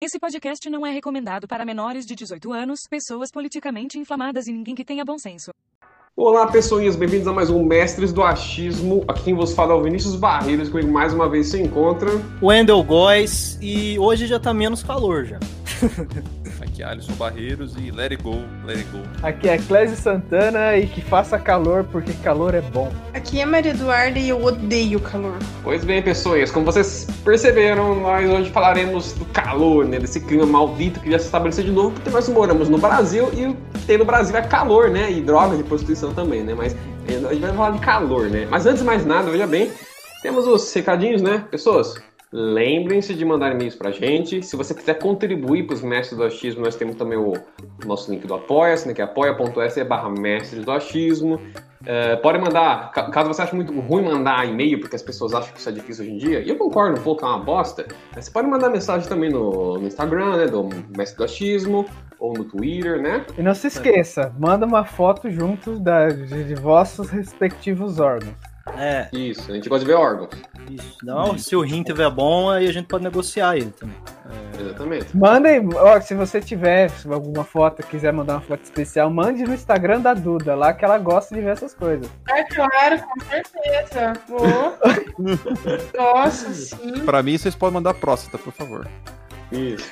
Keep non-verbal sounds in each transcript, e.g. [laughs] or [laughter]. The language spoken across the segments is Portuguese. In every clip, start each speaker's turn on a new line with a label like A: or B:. A: Esse podcast não é recomendado para menores de 18 anos, pessoas politicamente inflamadas e ninguém que tenha bom senso.
B: Olá, pessoinhas, bem-vindos a mais um Mestres do Achismo. Aqui quem vos fala é o Vinícius Barreiros, comigo mais uma vez se encontra.
C: Wendel Góes, e hoje já tá menos calor já.
D: Aqui é Alisson Barreiros e let it go, let it go.
E: Aqui é Clésio Santana e que faça calor, porque calor é bom.
F: Aqui é Maria Eduarda e eu odeio calor.
B: Pois bem, pessoinhas, como vocês perceberam, nós hoje falaremos do calor, né? Desse clima maldito que já se estabeleceu de novo, porque nós moramos no Brasil e o que tem no Brasil é calor, né? E droga de prostituição também, né? Mas a gente vai falar de calor, né? Mas antes de mais nada, veja bem, temos os recadinhos, né, pessoas? Lembrem-se de mandar e-mails pra gente. Se você quiser contribuir pros mestres do achismo, nós temos também o nosso link do Apoia-se, né, que é apoia.se barra mestres do achismo. É, pode mandar, ca- caso você ache muito ruim mandar e-mail, porque as pessoas acham que isso é difícil hoje em dia, e eu concordo um pouco, é uma bosta, mas você pode mandar mensagem também no, no Instagram, né, do mestre do achismo, ou no Twitter, né?
E: E não se esqueça, manda uma foto junto da- de, de vossos respectivos órgãos.
C: É,
B: Isso, a gente gosta de ver órgãos.
C: isso. Não, se o rim tiver bom, aí a gente pode negociar ele também.
B: Exatamente.
E: Mandem, ó, se você tiver alguma foto, quiser mandar uma foto especial, mande no Instagram da Duda, lá que ela gosta de ver essas coisas.
F: É claro, com certeza. Vou. Nossa, sim.
D: Pra mim, vocês podem mandar próstata, por favor.
B: Isso.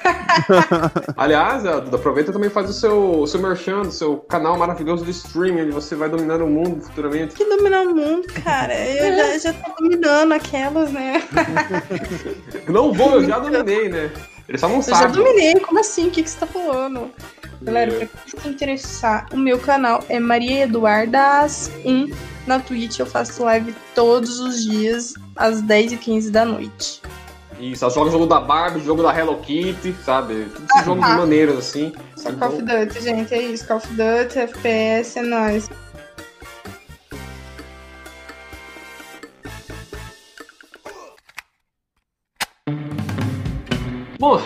B: Aliás, a- aproveita e também faz o seu, o seu merchan, o seu canal maravilhoso de streaming, onde você vai dominar o mundo futuramente.
F: Que dominar o mundo, cara. Eu já, já tô dominando aquelas, né?
B: Não vou, eu já dominei, né? Ele só não
F: Eu já
B: sabe.
F: dominei. Como assim? O que, que você tá falando? Galera, pra quem se interessar, o meu canal é Maria Eduardas1. Na Twitch eu faço live todos os dias, às 10h15 da noite.
B: Isso, ela joga o jogo da Barbie, jogo da Hello Kitty, sabe? Todos esses jogos
F: Ah.
B: maneiros, assim. Sabe?
F: Call of
B: Então,
F: Duty, gente, é isso. Call of Duty, FPS, é nóis.
B: Bom, o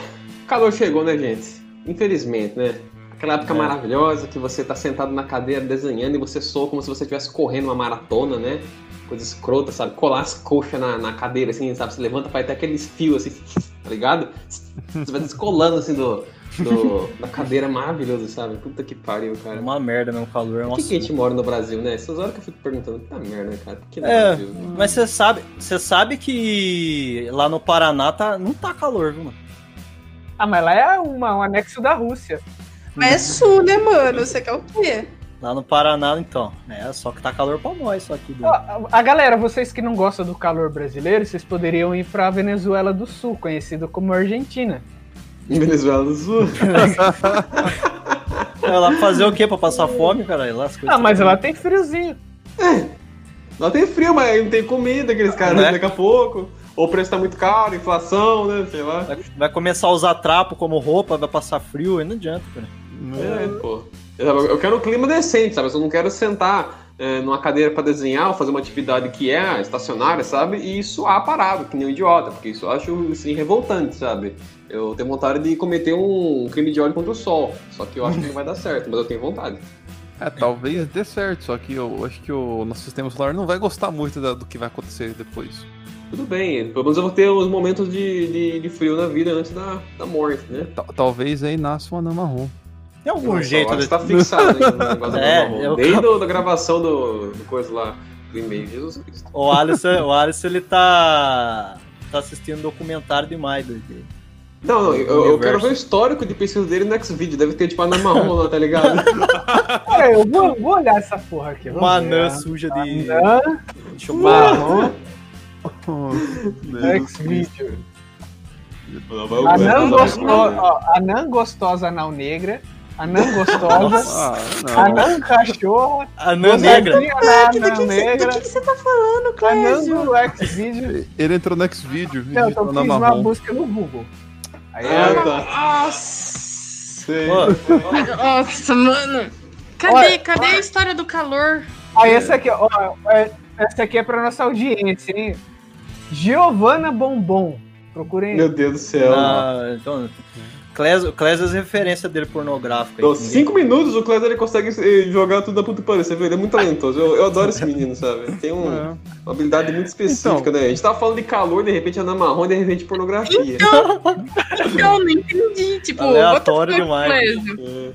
B: calor chegou, né, gente? Infelizmente, né? Aquela época
C: É.
B: maravilhosa que você tá sentado na cadeira desenhando e você soa como se você estivesse correndo uma maratona, né? Coisa escrota, sabe? Colar as coxas na, na cadeira, assim, sabe? Você levanta, faz até aqueles fios, assim, [laughs] tá ligado? Você vai descolando, assim, do, do- da cadeira maravilhoso, sabe? Puta que pariu,
C: É
B: cara.
C: uma merda mesmo, calor é um
B: Por que, que a gente
C: assunto.
B: mora no Brasil, né? Essas horas que eu fico perguntando, puta merda, cara. Por que no
C: É,
B: Brasil?
C: mas você sabe, você sabe que lá no Paraná tá, não tá calor, viu, mano?
E: Ah, mas lá é uma, um anexo da Rússia.
F: Mas é sul, né, mano? Você quer o quê?
C: Lá no Paraná, então. É, só que tá calor pra nós, só que.
E: [laughs] Ó, a- a galera, vocês que não gostam do calor brasileiro, vocês poderiam ir pra Venezuela do Sul, conhecido como Argentina.
B: Em Venezuela do Sul.
C: Ela fazer o quê? Pra passar fome, caralho? Lá as coisas
E: Ah, mas
C: tá-
E: lá tem friozinho.
B: Lá tem frio, mas não tem comida, aqueles caras,
C: Né?
B: daqui a pouco. Ou o preço tá muito caro, inflação, né? Sei lá.
C: Vai, vai começar a usar trapo como roupa, vai passar frio, aí não adianta, cara.
B: É, pô. Eu eu quero um clima decente, sabe? Eu só não quero sentar é, numa cadeira pra desenhar ou fazer uma atividade que é estacionária, sabe? E suar parado, que nem um idiota, porque isso eu acho, assim, revoltante, sabe? Eu tenho vontade de cometer um crime de ódio contra o sol, só que eu acho que não vai dar certo, mas eu tenho vontade.
D: É, talvez dê certo, só que eu acho que o nosso sistema solar não vai gostar muito da- do que vai acontecer depois.
B: Tudo bem, pelo menos eu vou ter os momentos de, de, de frio na vida antes da, da morte, né?
D: Ta- talvez aí nasça uma anã marrom. [laughs]
C: Tem algum jeito
B: Agora
C: de...
B: você tá fixado né, no
C: [laughs]
B: negócio
C: É,
B: do Marrom.
C: eu-
B: Desde o- da gravação do, do coisa lá, do e-mail, Jesus Cristo.
C: O Alisson, o Alisson, ele tá. tá assistindo documentário demais né, dele.
B: Não, não, eu, Então, eu
C: Universo.
B: quero ver o histórico de pesquisa dele no Xvideo. Deve ter tipo a Ana Marrom lá, tá ligado?
E: Olha, eu vou, vou olhar essa porra aqui. vamos
C: é Uma
E: ver. né?
C: anã suja de,
E: Anã,
C: de chocolate.
E: X-Video.
B: Não,
E: Anã
B: não,
E: gostosa,
B: não.
E: ó, anã gostosa anal negra, anã gostosa,
D: Ah, não.
E: anã cachorra,
C: Anã negra.
E: gostosinha da
F: que, do,
E: anã
F: que, você- do
E: negra,
F: que você tá falando,
E: anã
F: Clésio?
E: do X-Video.
D: Ele entrou no X-Video e
E: Não, então
D: digitou
E: eu
D: anã
E: fiz uma
D: marrom.
E: busca no Google. Aí
B: Ah,
E: eu-
B: tá.
F: Nossa,
B: Sei.
C: Pô,
F: nossa, mano. Cadê,
E: Olha,
F: cadê a história do calor?
E: aí essa Ah, aqui, ó, é- essa aqui é pra nossa audiência, hein? Giovana Bombom. Procurem.
B: Meu Deus do céu.
C: Ah, então, Clés, o Clés é as referências dele pornográfica.
B: Deu
C: aí, que ninguém-
B: cinco minutos, o Cleber ele consegue eh, jogar tudo da puta que pariu, você vê, ele é muito talentoso. Eu, eu adoro esse menino, sabe? Ele tem um-
D: É.
B: uma habilidade muito específica,
D: Então.
B: né? A gente tava falando de calor, de repente Ana Marrom, de repente pornografia.
F: [laughs] Eu não entendi. Tipo,
C: Aleatório
F: what the fuck,
C: demais.
F: Clésio?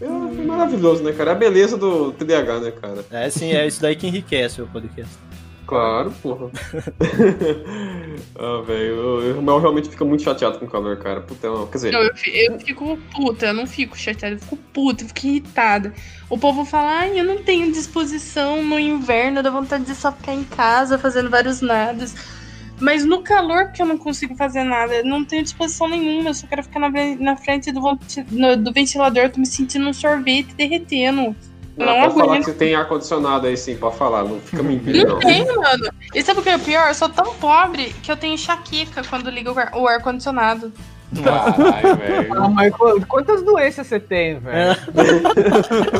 B: É, foi maravilhoso, né, cara? É a beleza do TDAH, né, cara?
C: É sim, é isso daí que enriquece o podcast.
B: Claro, [laughs] porra. ah, velho, eu, eu- mas eu realmente fico muito chateado com o calor, cara. Puta, é uma- quer dizer,
F: Não, eu, fi- eu fico puta, eu não fico chateada, eu fico puta, eu fico irritada. O povo fala, ai, eu não tenho disposição no inverno, dá vontade de só ficar em casa fazendo vários nadas. Mas no calor, porque eu não consigo fazer nada, eu não tenho disposição nenhuma, eu só quero ficar na, ve- na frente do, vonti- no- do ventilador, tô me sentindo um sorvete derretendo.
B: não,
F: não
B: pode falar
F: aguento.
B: que você tem ar-condicionado aí sim, pode falar, não fica mentindo,
F: Não
B: não.
F: tem, mano. E sabe o que é o pior? Eu sou tão pobre que eu tenho enxaqueca quando ligo o ar- o ar-condicionado.
B: Caralho, [laughs] velho.
E: Ah, Marco, quantas doenças você tem, velho?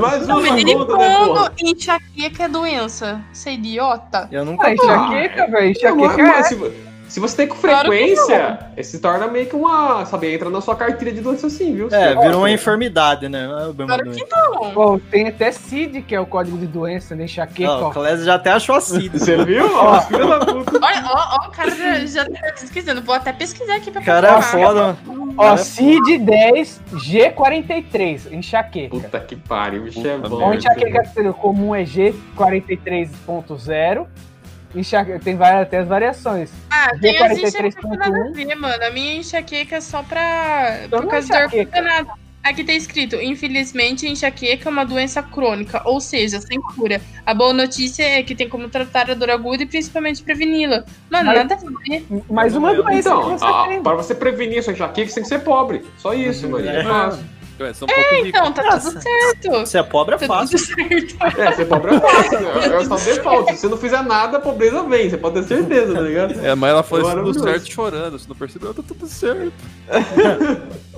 B: Mais uma
F: Não, mas nem
B: pergunta, né, porra?
F: quando enxaqueca é doença. Você é idiota?
C: Eu nunca
E: Ah, enxaqueca,
B: Não,
E: velho. Enxaqueca
B: mas
E: é.
B: se, vo- se você tem com
F: Claro que
B: frequência, esse se torna meio que uma. Sabe, entra na sua cartilha de doença assim, viu?
C: É,
B: Você-
C: virou uma enfermidade, né? Não é bem uma
F: Claro que
C: doença.
F: não.
E: Pô, tem até CID, que é o código de doença, né? Enxaqueca,
C: Não,
E: ó.
C: o Clésio já até achou a CID.
B: Você viu?
C: [laughs]
B: Ó, filho da puta.
F: Olha, ó, ó, o cara já, já tá pesquisando. Vou até pesquisar aqui pra
C: Cara, é
F: confirmar.
C: foda.
E: Ó,
C: Cara,
E: CID 10, G43, enxaqueca.
B: Puta que pariu, bicho é
D: Puta
B: bom.
E: Onde enxaqueca seria comum é G43.0. Enxaqueca, tem várias, até as variações.
F: Ah, tem as enxaquecas que não tem nada a
E: 43.1.
F: ver, mano. A minha enxaqueca é só pra.
E: Então
F: por
E: não é
F: causa do ar
E: enxaqueca.
F: condicionado. Aqui tá escrito, infelizmente, enxaqueca é uma doença crônica, ou seja, sem cura. A boa notícia é que tem como tratar a dor aguda e principalmente preveni-la. Mano,
E: Mas-
F: nada a ver.
E: Mais uma doença que
B: Então,
E: você
B: a-
E: tem.
B: para você prevenir essa enxaqueca, você tem que ser pobre. Só isso,
C: Uhum,
B: mano.
C: é.
B: É fácil.
D: É, são um pouco ricos.
F: Então, tá
C: Nossa.
F: tudo certo.
C: Você é pobre, é
F: Tá
C: fácil.
F: tudo certo.
B: É, ser pobre é fácil. [laughs] É é só default. Se você não fizer nada, a pobreza vem. Você pode ter certeza, tá ligado?
D: É, mas ela falou isso tudo
B: Maravilhoso.
D: certo chorando. Se não percebeu, tá tudo certo.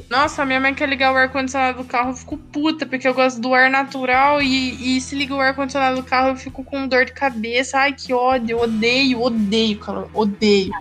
F: Nossa, minha mãe quer ligar o ar-condicionado do carro, eu fico puta, porque eu gosto do ar natural e, e se liga o ar-condicionado do carro, eu fico com dor de cabeça. Ai, que ódio, odeio, odeio calor, odeio.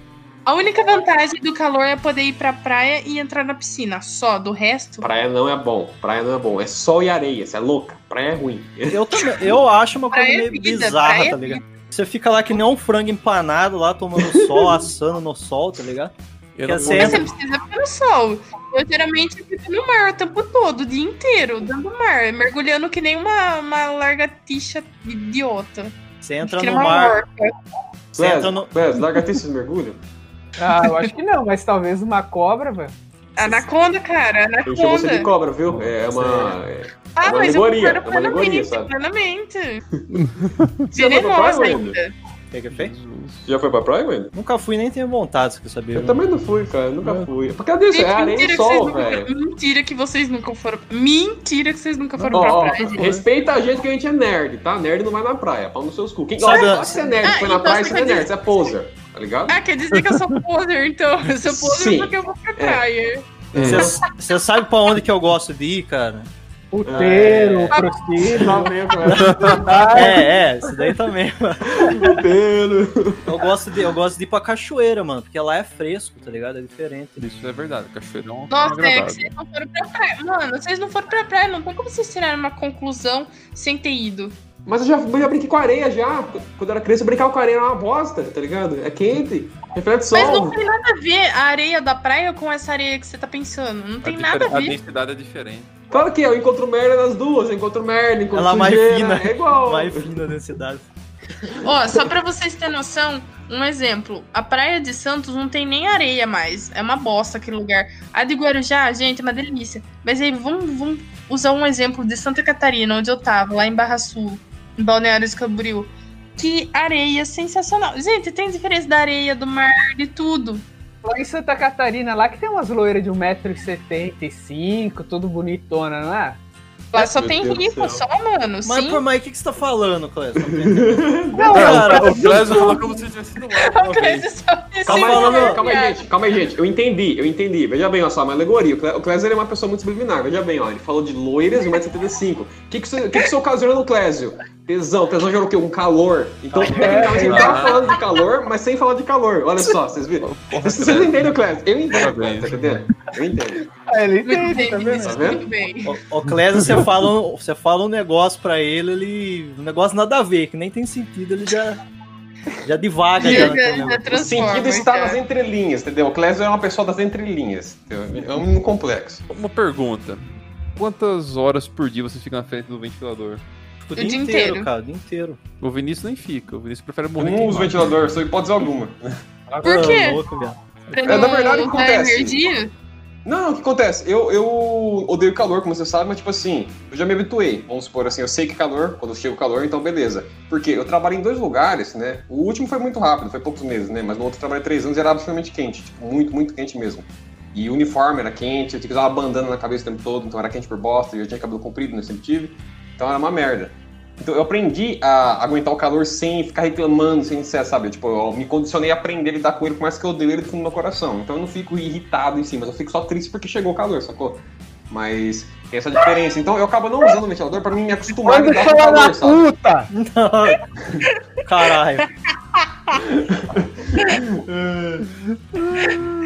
F: A única vantagem do calor é poder ir pra praia e entrar na piscina, só, do resto.
B: Praia não é bom. Praia não é bom. É sol e areia. Você é louca. Praia é ruim.
C: Eu também. Eu acho uma coisa
F: Praia é
C: meio
F: vida, praia
C: bizarra,
F: é
C: tá ligado? Você fica lá que nem um frango empanado lá, tomando
F: [laughs]
C: sol, assando no sol, tá ligado?
D: Eu
C: Quer
D: não
C: ser-
D: vou-
F: Mas você não precisa ficar no sol. Eu geralmente fico no mar o tempo todo, o dia inteiro, dando mar, mergulhando que nem uma, uma largatixa idiota.
C: Você entra
F: que
C: no
F: nem uma
C: mar.
F: orca.
C: Você entra no.
B: Clésio, Clésio, larga até esses [laughs] mergulhos.
E: Ah, eu acho que não, mas talvez uma cobra, velho.
F: Anaconda, cara,
B: Eu chamo você de
F: anaconda.
B: cobra, viu? É uma. é-
F: Ah,
B: É uma
F: mas
B: alegoria,
F: eu
B: é uma
F: concordo
B: alegoria,
F: plenamente,
B: sabe?
F: plenamente.
B: [laughs] Você já foi pra praia,
F: Venenosa
B: Wendel?
F: ainda.
C: O que que é feio?
D: Jesus.
B: Você já foi pra praia, Wendel?
C: Nunca fui nem tenho vontade, se quer saber.
B: Eu também não fui, cara. Nunca
D: É.
B: fui. Por causa disso, é areia
F: mentira,
B: e
F: que vocês
B: sol,
F: nunca,
B: velho.
F: mentira que vocês nunca foram. Mentira que vocês nunca foram
B: Ó, ó,
F: pra praia. gente.
B: respeita a gente que a gente é nerd, tá? Nerd não vai na praia. Pau nos seus cu. Quem
C: Só
B: gosta
C: da-
B: que você é nerd,
F: Ah,
B: foi na
F: então
B: praia,
F: você
B: você não é
F: quer
B: nerd, você é poser. Tá
C: É.
B: ligado?
F: Ah, quer dizer que eu sou poser, então. Eu sou poser
B: Sim. É.
F: porque eu vou pra praia.
C: Você você sabe pra onde que eu gosto de ir, cara?
E: Puteiro,
B: É.
E: prostíbulo.
B: Também, cara. Ah,
C: É, é, isso daí também. mano.
B: Modelo.
C: Eu gosto, de, eu gosto de ir pra cachoeira, mano, porque lá é fresco, tá ligado? É diferente.
D: Isso é verdade. Cachoeirão
F: Nossa, é que
D: agradável.
F: vocês não foram pra praia. Mano, vocês não foram pra praia, não tem como vocês tirarem uma conclusão sem ter ido.
B: Mas eu já, eu já brinquei com areia já. Quando eu era criança, eu brincava com areia, era uma bosta, tá ligado? É quente, reflete
F: Mas não
B: sol.
F: tem nada a ver a areia da praia com essa areia que você tá pensando. Não tem nada a
D: difer-
F: ver.
D: densidade é diferente.
B: Claro que eu encontro merda nas duas, eu encontro merda, encontro
C: Ela é mais
B: sujeira,
C: fina.
B: É igual.
C: [laughs] Mais fina da cidade.
F: Ó, só pra vocês terem noção, um exemplo. A praia de Santos não tem nem areia mais. É uma bosta aquele lugar. A de Guarujá, gente, é uma delícia. Mas aí, vamos, vamos usar um exemplo de Santa Catarina, onde eu tava, lá em Barra Sul, em Balneário Escamboriú. Que areia sensacional. Gente, tem diferença da areia, do mar, de tudo.
E: Lá em Santa um Catarina, lá que tem umas loiras de 1,75m, tudo bonitona, não é?
F: Lá só
B: Meu
F: tem
B: Deus do
F: rico,
B: céu.
F: só, mano.
C: Mas,
F: sim. [laughs]
C: por mais, o que, que você tá falando, Clécio? Não entendi.
E: Não,
C: Cara,
D: É, o Clésio falou como se tivesse no ar. uma vez.
F: Crazy só me
C: Calma
F: segura,
C: aí,
F: viado.
B: Calma aí, gente, calma aí, gente. Eu entendi, eu entendi. Veja bem, olha só, uma alegoria. O Cle- O Clésio ele é uma pessoa muito subliminar. Veja bem, ó, ele falou de loiras, 1,75m. O que que você- o que que você ocasionou no Clésio? Tesão. Tesão gerou o quê? Um calor.
C: Ah,
B: Então, tecnicamente,
C: é,
B: ele tava falando de calor, mas sem falar de calor. Olha só, vocês
C: [laughs]
B: viram?
D: Porra,
B: Vocês
D: Clésio.
B: não entendem o Clésio. Eu entendo,
D: Parabéns.
B: Clésio, tá entendendo? Eu entendo.
E: ele
F: Muito
E: entende,
F: bem,
E: tá
F: Vinícius,
E: vendo?
B: vendo? Tá
F: muito bem.
C: O, o Clésio, [laughs] você fala, um- você fala um negócio pra ele, ele. Um negócio nada a ver, que nem tem sentido, ele já. Já divaga. né? Já,
F: Já, já
B: O
F: transforma. é.
B: sentido está
F: cara.
B: nas entrelinhas, entendeu? O Clésio é uma pessoa das entrelinhas. entendeu? É um complexo.
D: Uma pergunta. Quantas horas por dia você fica na frente do ventilador?
C: o
F: dia
C: dia inteiro,
F: inteiro.
C: cara, o dia inteiro.
D: O Vinícius nem fica. O Vinícius prefere
B: Eu
D: morrer.
B: não uso
D: queimado.
B: ventilador, sob hipótese alguma.
F: Por quê?
C: Ah, louco, viado.
F: Pra
B: É,
F: tá
B: na verdade, o que
F: usar
B: acontece?
F: energia?
B: Não, não, o que acontece? Eu, eu odeio calor, como você sabe, mas tipo assim, eu já me habituei. Vamos supor assim, eu sei que é calor, quando chega o calor, então beleza. Porque eu trabalhei em dois lugares, né? O último foi muito rápido, foi poucos meses, né? Mas no outro eu trabalhei três anos e era absolutamente quente, tipo, muito, muito quente mesmo. E o uniforme era quente, eu tinha que usar uma bandana na cabeça o tempo todo, então era quente por bosta, e eu tinha cabelo comprido, né? Sempre tive. Então era uma merda. Então eu aprendi a aguentar o calor sem ficar reclamando, sem ser, sabe? Tipo, eu me condicionei a aprender a lidar com ele, por mais que eu odeie ele do fundo do meu coração. Então eu não fico irritado em si, mas eu fico só triste porque chegou o calor, sacou? Mas tem essa diferença. Então eu acabo não usando o ventilador pra mim me acostumar a
E: Quando
B: lidar com o
E: fala na
B: calor, sabe?
E: puta!
C: [laughs] Caralho.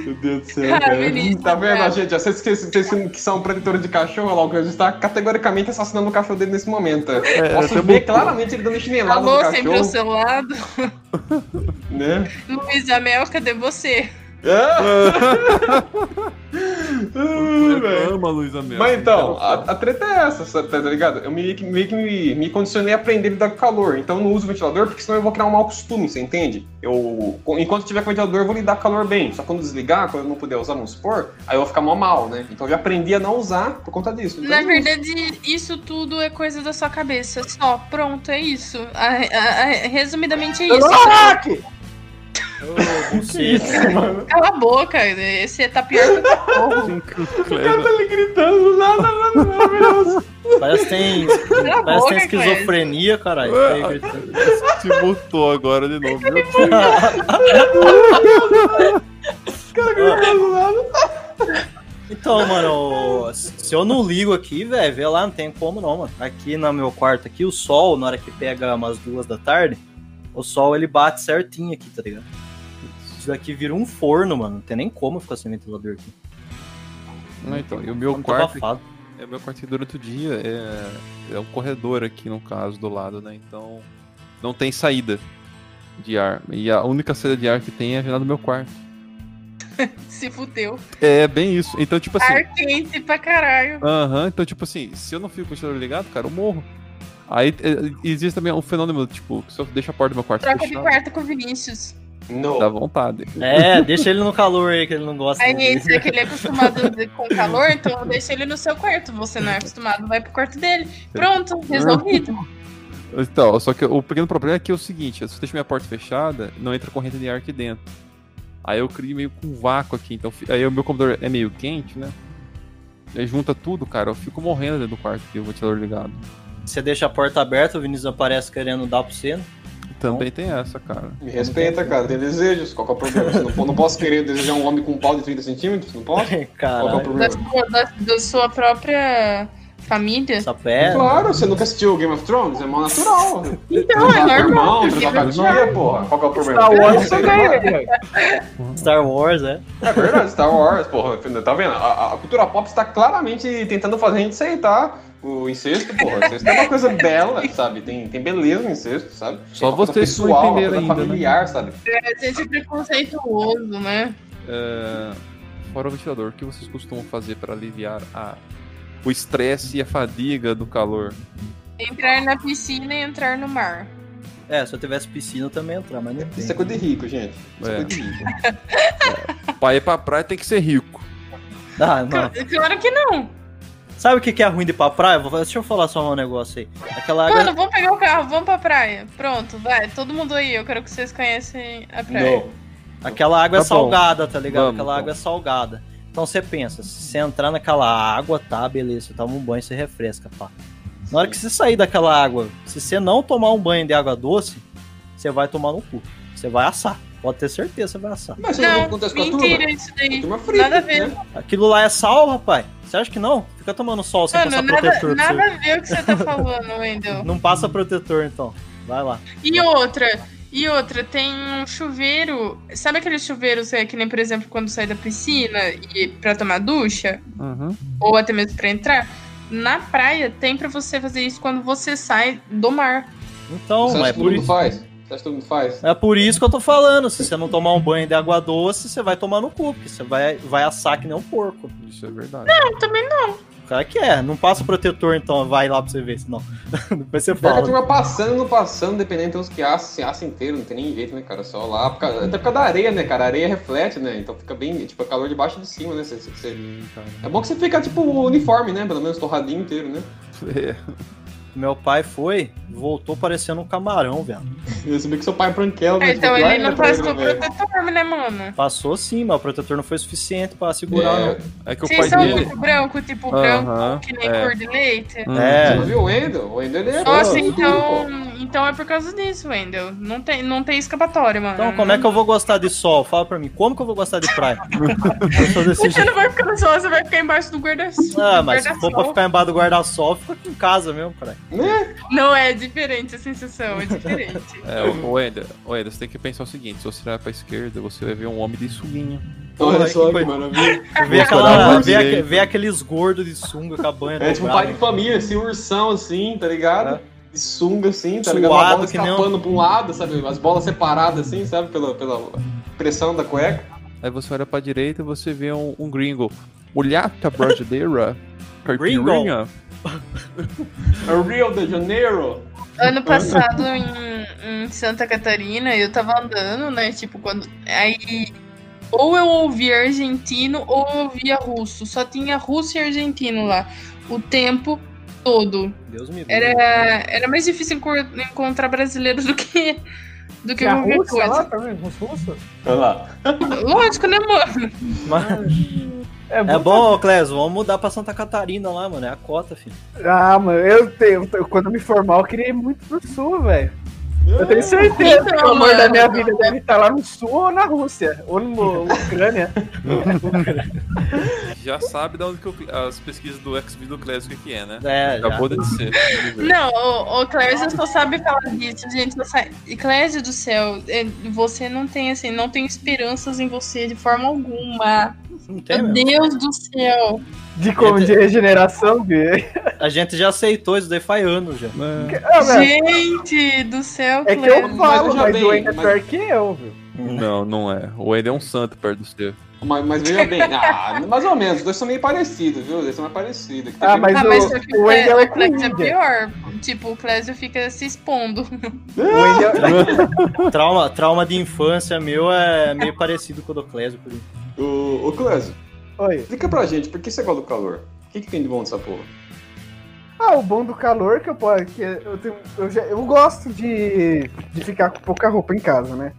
B: Meu Deus do céu,
F: Ah,
B: cara.
F: Vinícius,
B: Tá vendo,
F: cara.
B: gente? Vocês que, vocês que são protetores de cachorro, lá o Cleus está tá categoricamente assassinando o cachorro dele nesse momento.
D: É,
B: Posso
D: até
B: ver
D: botou.
B: claramente ele dando chinelada Tá no
F: Alô, sempre ao
B: cachorro,
F: seu lado.
B: né?
F: Luiz Amel, cadê você?
B: Ah!
D: Ele
B: Ah, velho.
D: ama a Luísa mesmo.
B: Mas então,
D: Ele ama.
B: a, a treta é essa, sabe, tá ligado? Eu meio que, meio que me, me condicionei a aprender a lidar com calor. Então eu não uso ventilador, porque senão eu vou criar um mau costume, você entende? Eu, enquanto tiver com ventilador, eu vou lidar com calor bem. Só quando desligar, quando eu não puder usar, vamos supor, aí eu vou ficar mal mal, né? Então eu já aprendi a não usar por conta disso. Então,
F: Na verdade, isso tudo é coisa da sua cabeça. Só, pronto, é isso. A- a- a- resumidamente é isso.
B: Ah!
C: Ô, buceta.
F: Cala a boca, né? você tá pior que
D: O Clésio-
B: [laughs] ele gritando nada, nada, nada.
C: Parece que tem,
F: Cala a
C: parece que
B: é
F: boca,
C: tem esquizofrenia, caralho. Tá aí gritando.
D: Te mutou agora de novo. Meu Deus.
C: Então, mano, o- se eu não ligo aqui, velho, vê lá, não tem como não, mano. Aqui no meu quarto, aqui, o sol, na hora que pega umas duas da tarde, o sol ele bate certinho aqui, tá ligado? Isso daqui vira um forno, mano. Não tem nem como ficar sem ventilador aqui.
D: Não, então, e o meu
C: Muito
D: quarto
C: abafado.
D: É meu quarto que durante o dia é, é um corredor aqui, no caso, do lado, né? Então não tem saída de ar. E a única saída de ar que tem é a janela do meu quarto.
F: se fudeu.
D: É bem isso. Então, tipo assim.
F: Ar quente pra caralho.
D: Aham, então, tipo assim, se eu não fico com o ventilador ligado, cara, eu morro. Aí é, existe também um fenômeno, tipo, que se eu deixo a porta do meu quarto
F: Troca de
D: fechada,
F: quarto com o Vinícius.
B: Não.
D: dá vontade.
C: É, deixa ele no calor aí, que ele não gosta.
F: Aí
C: de-
F: esse é que ele é acostumado com calor, então deixa ele no seu quarto. Você não é acostumado, vai pro quarto dele. Pronto, resolvido.
D: Então, só que o pequeno problema é que é o seguinte, se eu deixo minha porta fechada, não entra corrente de ar aqui dentro. Aí eu crio meio com um vácuo aqui, então fi- aí o meu computador é meio quente, né? Aí junta tudo, cara, eu fico morrendo dentro do quarto aqui, o ventilador ligado.
C: Você deixa a porta aberta, o Vinícius aparece querendo dar pro você. né? [laughs]
D: Também tem essa, cara.
B: Me respeita, cara. Tem desejos. Qual que é o problema? Você não, não posso querer desejar um homem com um pau de 30 centímetros? Não posso? Qual que é o
C: Caralho,
F: Da
B: problema?
F: sua, da- da sua própria família.
C: essa pé.
B: Claro, você nunca assistiu Game of Thrones? É mal natural. um tá
F: Então, é normal.
B: Irmão,
F: porque
B: trocar de dia, porra. Qual que é o problema?
E: Star Wars
B: Isso aí,
E: também,
B: mano.
E: velho.
C: Star Wars, é.
B: É verdade, Star Wars, porra. Tá vendo? A, a cultura pop está claramente tentando fazer a gente aceitar o incesto, porra. O incesto é uma coisa bela, sabe? Tem, tem beleza no incesto, sabe?
D: Só
B: Uma coisa
D: vocês que não
B: pessoal, uma
D: entenderam
B: coisa
D: ainda, né?
B: familiar, sabe?
F: A gente é preconceituoso, né?
D: É, Fora o ventilador, o que vocês costumam fazer para aliviar a... o estresse e a fadiga do calor?
F: Entrar na piscina e entrar no mar.
C: É, se eu tivesse piscina eu também ia entrar, mas não tem.
B: Isso é coisa de rico, gente. Isso é,
D: É.
B: coisa de rico.
D: Pra ir pra praia tem que ser rico.
C: Ah, não.
F: Claro que não.
C: Sabe o que que é ruim de ir pra praia? Vou- Deixa eu falar só um negócio aí. Aquela água.
F: Mano, vamos pegar o carro, vamos pra praia. Pronto, vai. Todo mundo aí, eu quero que vocês conhecem a praia.
B: Não.
C: Aquela água é
D: Tá bom.
C: salgada, tá ligado?
D: Vamos,
C: Aquela
D: então.
C: água é salgada. Então você pensa, se você entrar naquela água, tá, beleza, você toma um banho, você refresca, pá. Na hora que você sair daquela água, se você não tomar um banho de água doce, você vai tomar no cu. Você vai assar. Pode ter certeza, você vai assar.
B: Mas isso não
F: Não,
B: acontece com a turma?
F: mentira isso daí.
B: A turma frita,
F: Nada a ver.
B: né?
C: Aquilo lá é sal, rapaz? Você acha que não? Fica tomando sol sem
F: Mano,
C: passar
F: nada,
C: protetor. pra você.
F: nada a ver o que você tá falando, Wendel.
C: Não passa protetor, então. Vai lá.
F: E outra, e outra, tem um chuveiro. Sabe aqueles chuveiros é, que nem, por exemplo, quando sai da piscina e pra tomar ducha?
D: Uhum.
F: Ou até mesmo pra entrar? Na praia tem pra você fazer isso quando você sai do mar.
C: Então,
B: Você acha
C: mas é
B: que todo
C: por
B: mundo
C: isso.
B: faz? Você acha que todo mundo faz?
C: É por isso que eu tô falando. Se você não tomar um banho de água doce, você vai tomar no cu, porque você vai, vai assar que nem um porco.
D: Isso é verdade.
F: Eu também não.
C: O cara que é. Não passa protetor, então vai lá pra você ver, senão. [laughs] Depois você
B: Pior que a
C: fala.
B: turma passando, não passando, dependendo, tem uns que assam, assam inteiro, não tem nem jeito, né, cara? Só lá, por causa- até por causa da areia, né, cara? A areia reflete, né? Então fica bem, tipo, é calor de baixo e de cima, né? Você- você-
D: Sim, cara.
B: É bom que você fica, tipo, uniforme, né? Pelo menos torradinho inteiro, né? [laughs]
D: É.
C: Meu pai foi, voltou parecendo um camarão, velho.
B: Eu sabia que seu pai é branquelo, né?
F: então
B: tipo,
F: ele não passou
B: pra
F: protetor, né, mano?
C: Passou sim, mas o protetor não foi suficiente pra segurar, não.
D: É que o
F: Vocês
D: pai
F: são
D: dele.
F: muito branco, tipo branco,
D: Aham.
F: que nem
D: é.
F: cor de leite?
D: Hum.
C: É.
B: Você não viu o Wendel? O Wendel, ele é...
F: Nossa,
B: branco,
F: então,
B: pô.
F: então é por causa disso, Wendel. Não tem, não tem escapatória, mano.
C: Então, como é que eu vou gostar de sol? Fala pra mim, como que eu vou gostar de praia? eu sou desse
F: Você
C: jeito.
F: não vai ficar no sol, você vai ficar embaixo do guarda-sol.
C: Ah, mas se for pra
F: guarda-sol.
C: ficar embaixo do guarda-sol, fica aqui em casa mesmo, cara.
B: Né?
F: Não, é diferente a sensação, é diferente.
D: É, o Wender, Wender, você tem que pensar o seguinte: se você olhar pra esquerda, você vai ver um homem de sunguinha.
B: Olha só
C: Foi-
B: que maravilha.
C: Vê,
D: Vou chorar
C: aquela,
D: mais
C: vê, aque-
D: direito.
C: vê aqueles gordos de sunga com a banha
B: É tipo um
C: dobrada.
B: pai de família, assim, um ursão, assim, tá ligado? De sunga, assim, tá ligado? Uma
C: Suado,
B: bola
C: que nem um-
B: escapando pra um lado, sabe? As bolas separadas, assim, sabe? Pela, pela pressão da cueca.
D: Aí você olha pra direita e você vê um, um gringo. Mulhata brasileira,
C: [laughs] Gringo?
D: caipirinha.
B: É o Rio de Janeiro.
F: Ano passado em, em Santa Catarina, eu tava andando, né? Tipo, quando. Aí. Ou eu ouvia argentino ou eu ouvia russo. Só tinha russo e argentino lá. O tempo todo.
C: Deus me livre.
F: Era, era mais difícil encor- encontrar brasileiro do que. Do que
E: Tinha
F: qualquer
E: É russa lá
F: coisa.
E: também, uns russos?
B: Olha lá.
F: Lógico, né, mano?
C: Mas-
E: bom.
C: É bom, ô, Clésio, vamos mudar pra Santa Catarina lá, mano. É a cota, filho.
E: Ah, mano, eu tenho. eu- Quando eu me formar, eu queria ir muito pro sul, velho. Eu tenho certeza
F: Então,
E: que o amor
F: mano.
E: da minha vida deve estar lá no sul ou na Rússia, ou no na Ucrânia.
D: Já sabe da onde que eu- as pesquisas do XB do Clássico que é, né?
C: É, já.
D: Acabou de dizer.
F: Não, o, o Clésio só sabe falar disso, gente. Não sabe. E Clésio do céu, é, você não tem, assim, não tenho esperanças em você de forma alguma.
C: Não tem,
F: Meu
C: um mesmo.
F: Deus do céu.
E: De, como, de regeneração, Gui.
C: A gente já aceitou isso daí faz anos já.
E: [laughs] Ah, velho,
F: gente do céu,
E: É que
F: Clésio.
E: eu falo,
B: veja
E: mas
B: bem,
E: o Wayne é
B: mas-
E: pior que eu, viu?
D: Não, não é. O Wender é um santo perto do seu.
B: Mas, mas veja [laughs] bem, ah, mais ou menos, os dois são meio parecidos, viu? Os dois são mais parecidos. Que tem
E: Ah,
B: gente-
E: mas-
F: Ah, mas só que
E: o-
F: o
E: o Wendel é
F: Clésio, o Clésio é
E: coringa.
F: pior. Tipo, o Clésio fica se expondo.
E: O Wayne é-
C: Trauma, trauma de infância meu é meio parecido com o do Clésio. Por isso.
B: Ô, ô Clésio,
E: Oi.
B: explica pra gente, por que você gosta do calor? O que, que tem de bom dessa porra?
E: Ah, o bom do calor que eu posso. Que eu, tenho, eu, já, eu gosto de, de ficar com pouca roupa em casa, né?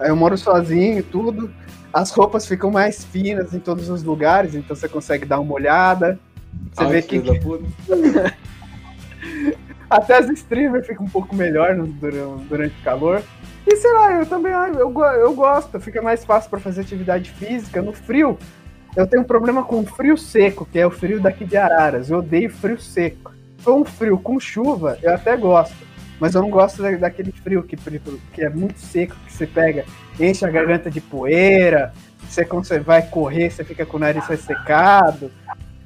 E: Aí Eu moro sozinho e tudo. As roupas ficam mais finas em todos os lugares, então você consegue dar uma olhada. Você
B: Ai,
E: vê que
B: filho da puta.
E: até as streamers ficam um pouco melhor no- durante, durante o calor. E sei lá, eu também ah, eu, go- eu gosto, fica mais fácil pra fazer atividade física no frio. Eu tenho um problema com o frio seco, que é o frio daqui de Araras. Eu odeio frio seco. Com um frio com chuva, eu até gosto. Mas eu não gosto da- daquele frio que, pri- que é muito seco, que você pega, enche a garganta de poeira, você quando você vai correr, você fica com o nariz ressecado.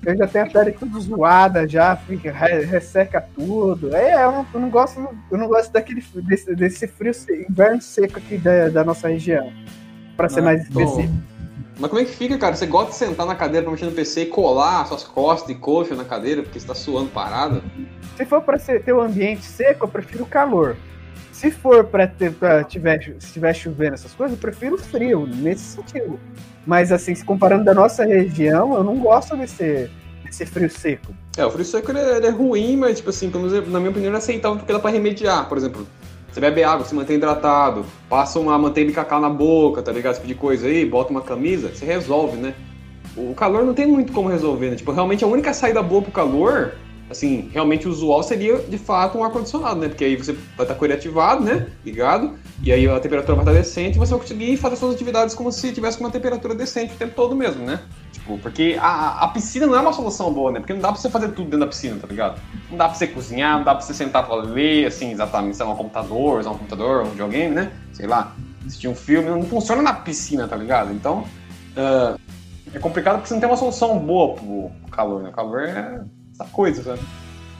E: Eu já tenho a pele tudo zoada, já fica, re- resseca tudo. É, eu não, eu não gosto, eu não gosto daquele frio- desse, desse frio se- inverno seco aqui da, da nossa região. Pra ser
C: Ah,
E: mais
B: bom.
E: específico.
B: Mas como é que fica, cara? Você gosta de sentar na cadeira pra mexer no PC e colar suas costas e coxa na cadeira porque você tá suando parado?
E: Se for pra ser- ter um ambiente seco, eu prefiro calor. Se for pra ter, pra tiver, chu- se tiver chovendo essas coisas, eu prefiro frio, nesse sentido. Mas assim, se comparando da nossa região, eu não gosto desse, desse frio seco.
B: É, o frio seco ele é, ele é ruim, mas, tipo assim, pelo menos, na minha opinião, ele é aceitável porque dá pra remediar. Por exemplo, você bebe água, se mantém hidratado, passa uma manteiga de cacau na boca, tá ligado? Esse tipo de coisa aí, bota uma camisa, você resolve, né? o calor não tem muito como resolver, né? Tipo, realmente a única saída boa pro calor, assim, realmente usual seria de fato um ar-condicionado, né? Porque aí você vai estar com ele ativado, né? Ligado, e aí a temperatura vai estar decente e você vai conseguir fazer suas atividades como se tivesse com uma temperatura decente o tempo todo mesmo, né? Tipo, porque a, a piscina não é uma solução boa, né? Porque não dá pra você fazer tudo dentro da piscina, tá ligado? Não dá pra você cozinhar, não dá pra você sentar pra ler, assim, exatamente, sei lá, um computador, usar um computador, um videogame, né? Sei lá, assistir um filme, não funciona na piscina, tá ligado? Então, ah, é complicado porque você não tem uma solução boa pro calor, né? O calor é essa coisa, sabe?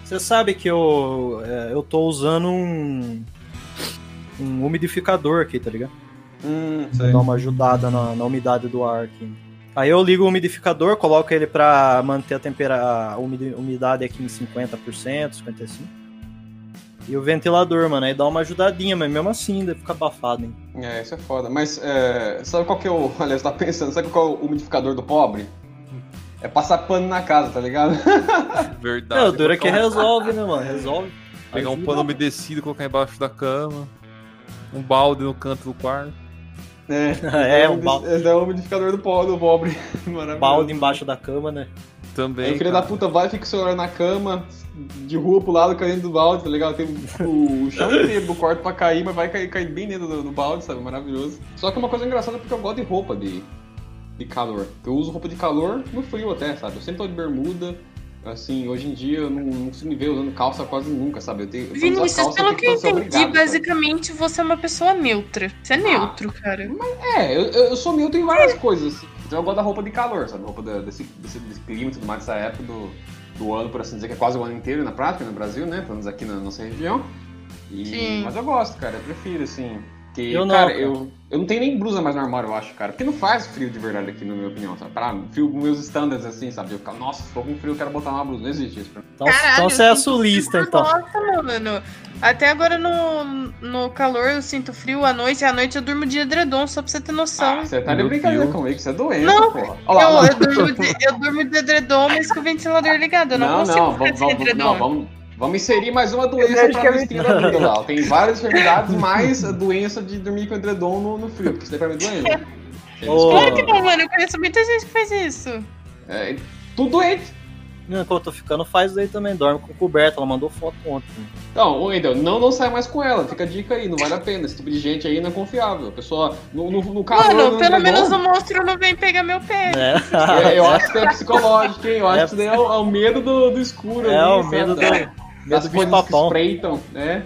C: Você sabe que eu, é, eu tô usando um, um umidificador aqui, tá ligado?
B: Hum,
C: Pra dar uma ajudada na, na umidade do ar aqui. Aí eu ligo o umidificador, coloco ele pra manter a, tempera, a umidi- umidade aqui em 50%, 55%. E o ventilador, mano, aí dá uma ajudadinha, mas mesmo assim ainda fica abafado, hein?
B: É, isso é foda. Mas é, sabe qual que é o. [laughs] Aliás, tá pensando, sabe qual é o umidificador do pobre? É passar pano na casa, tá ligado?
D: Verdade.
C: Não, o duro é que
D: Colocar um-
C: resolve, né, mano? Resolve.
D: Pegar um
C: Ajuda.
D: pano umedecido, colocar embaixo da cama. Um balde no canto do quarto.
B: É,
C: [laughs] É, um balde,
B: Esse é o umidificador do pobre. Do pobre. [laughs] Maravilhoso.
C: balde embaixo da cama, né?
D: Também.
B: Aí o filho da
D: cara.
B: puta vai, fica com o celular na cama, derruba pro lado, caindo do balde, tá ligado? Tem o o
C: [laughs]
B: chão inteiro do quarto pra cair, mas vai cair, cair bem dentro do, do balde, sabe? Maravilhoso. Só que uma coisa engraçada é porque eu gosto de roupa de, de calor. Eu uso roupa de calor no frio até, sabe? Eu sempre tô de bermuda. Assim, hoje em dia eu não, não consigo me ver usando calça quase nunca, sabe? Eu tenho, eu só uso a
F: Vinícius,
B: calça
F: pelo
B: aqui
F: que eu
B: quando sou
F: entendi,
B: obrigado, né? sabe?
F: basicamente você é uma pessoa neutra. Você é neutro, cara.
B: É, eu, eu eu sou neutro em várias coisas. assim. Então eu gosto da roupa de calor, sabe? Roupa da- desse, desse, desse clima e tudo mais, dessa época do, do ano, por assim dizer, que é quase o ano inteiro na prática, no Brasil, né? Pelo menos aqui na nossa região. E-
F: Sim.
B: Mas eu gosto, cara. Eu prefiro, assim. Que,
C: Eu não,
B: cara,
C: cara.
B: Eu, eu não tenho nem blusa mais no armário, eu acho, cara. Porque não faz frio de verdade aqui, na minha opinião, sabe? Pra frio com meus standards, assim, sabe? Eu ficar, nossa, tô com frio, eu quero botar uma blusa. Não existe isso pra mim.
C: Então, então você é
F: eu sinto
C: sulista,
F: frio
C: então.
F: à Nossa, mano. Até agora no, no calor eu sinto frio à noite, à noite eu durmo de edredom, só pra você ter noção.
B: Ah, você tá de
D: Meu
B: brincadeira
D: Deus.
B: comigo, você é doente,
F: Não,
B: porra.
F: eu,
B: Olha lá,
F: eu durmo de, eu durmo de edredom, mas com o ventilador ligado. Eu não, consigo ficar
B: vamos,
F: sem
B: vamos,
F: edredom.
B: não, vamos, vamos inserir mais uma doença pra
E: Energeticamente-
B: vestir da vida lá. Tem várias enfermidades, mais a doença de dormir com edredom no, no frio, porque isso daí pra mim é
C: [laughs]
B: doença. Eles
C: Ô.
B: falam,
F: Claro que não, mano. Eu conheço muita gente que faz isso.
B: é, tudo doente.
C: Não, quando eu tô ficando, faz daí também. Dorme com coberta. Ela mandou foto ontem.
B: Então, ô, Wendel, não, não sai mais com ela. Fica a dica aí, não vale a pena. Esse tipo de gente aí não é confiável. A pessoa, no, no, no calor,
F: mano,
B: no
F: pelo
B: edredom,
F: menos um- o monstro não vem pegar meu pé.
C: É,
B: é,
C: [laughs]
B: eu acho que é psicológico, hein? Eu acho que isso daí é o, é o medo do, do escuro.
C: é
B: ali,
C: o
B: sabe?
C: medo do, medo
B: As
C: do
B: coisas
C: bicho
B: que
C: papão.
B: espreitam, né?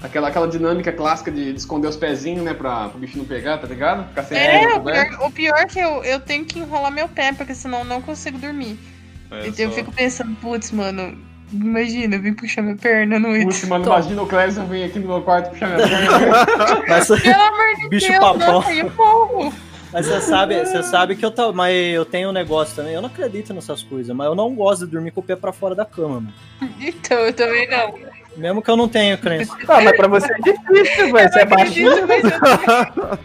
B: Aquela, aquela dinâmica clássica de, de esconder os pezinhos, né? Pra, pro bicho não pegar, tá ligado? Ficar sem né?
F: É,
B: água
F: o
B: coberta.
F: pior, o pior é que eu, eu tenho que enrolar meu pé, porque senão eu não consigo dormir. então eu fico pensando, putz, mano, imagina, eu vim puxar minha perna à noite.
B: Putz, mano, imagina o Clebson vir aqui no meu quarto puxar minha perna.
C: Mas,
F: Pelo amor de
C: Bicho
F: Deus,
C: papão.
F: nossa, eu morro.
C: mas você sabe, você sabe que eu, tô, mas eu tenho um negócio também. Eu não acredito nessas coisas, mas eu não gosto de dormir com o pé pra fora da cama, mano.
F: Então, eu também não.
C: Mesmo que eu não tenha crença.
E: Não, mas pra você é difícil, velho. Você é baixinho.
F: Acredito, mas eu-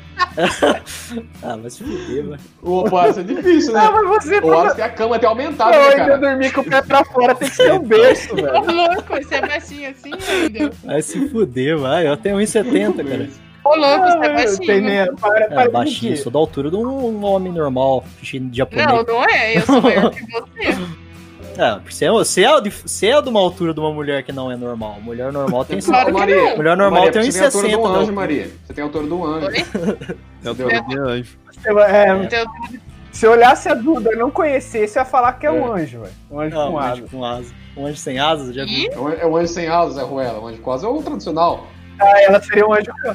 C: [laughs] Ah, vai se fuder, velho.
B: Opa, isso é difícil,
E: Não,
B: né?
E: Ah, mas você. tá
B: Ou acho que a cama tem aumentado,
E: Não,
B: né,
E: ainda
B: cara?
E: dormir com o pé pra fora tem que ser um berço, velho.
F: Ô, louco, você é baixinho assim, ainda?
C: Vai se fuder, vai. Eu tenho 1,70, cara.
F: Ô, louco, você é
E: Ah, Tem
F: baixinho.
E: mesmo. Para, para
C: É,
E: de
C: baixinho,
E: mentir.
C: sou da altura de um, um homem normal, cheio de japonês.
F: Não, não é, eu sou
E: [laughs]
F: maior que você.
C: É, você, é- você, é, de- você é de uma altura de uma mulher que não é normal. Mulher normal tem
F: Claro que
B: Maria,
F: não.
C: Mulher normal
B: Maria,
C: tem
B: você tem a altura de
C: 1,60.
B: um
C: né?
B: anjo, Maria. Você tem a altura de um anjo.
F: Oi?
D: É o teu de anjo.
E: Eu- é,
F: Então,
E: se eu olhasse a Duda e não conhecesse, eu ia falar que é um anjo, velho. Um anjo
C: Não,
E: com
C: um
E: asa.
C: anjo com asa. Um anjo sem asas, já vi.
F: e
B: É um- É um anjo sem asas, é Ruela. Um anjo com asas é o tradicional.
E: Ah, ela seria um anjo com-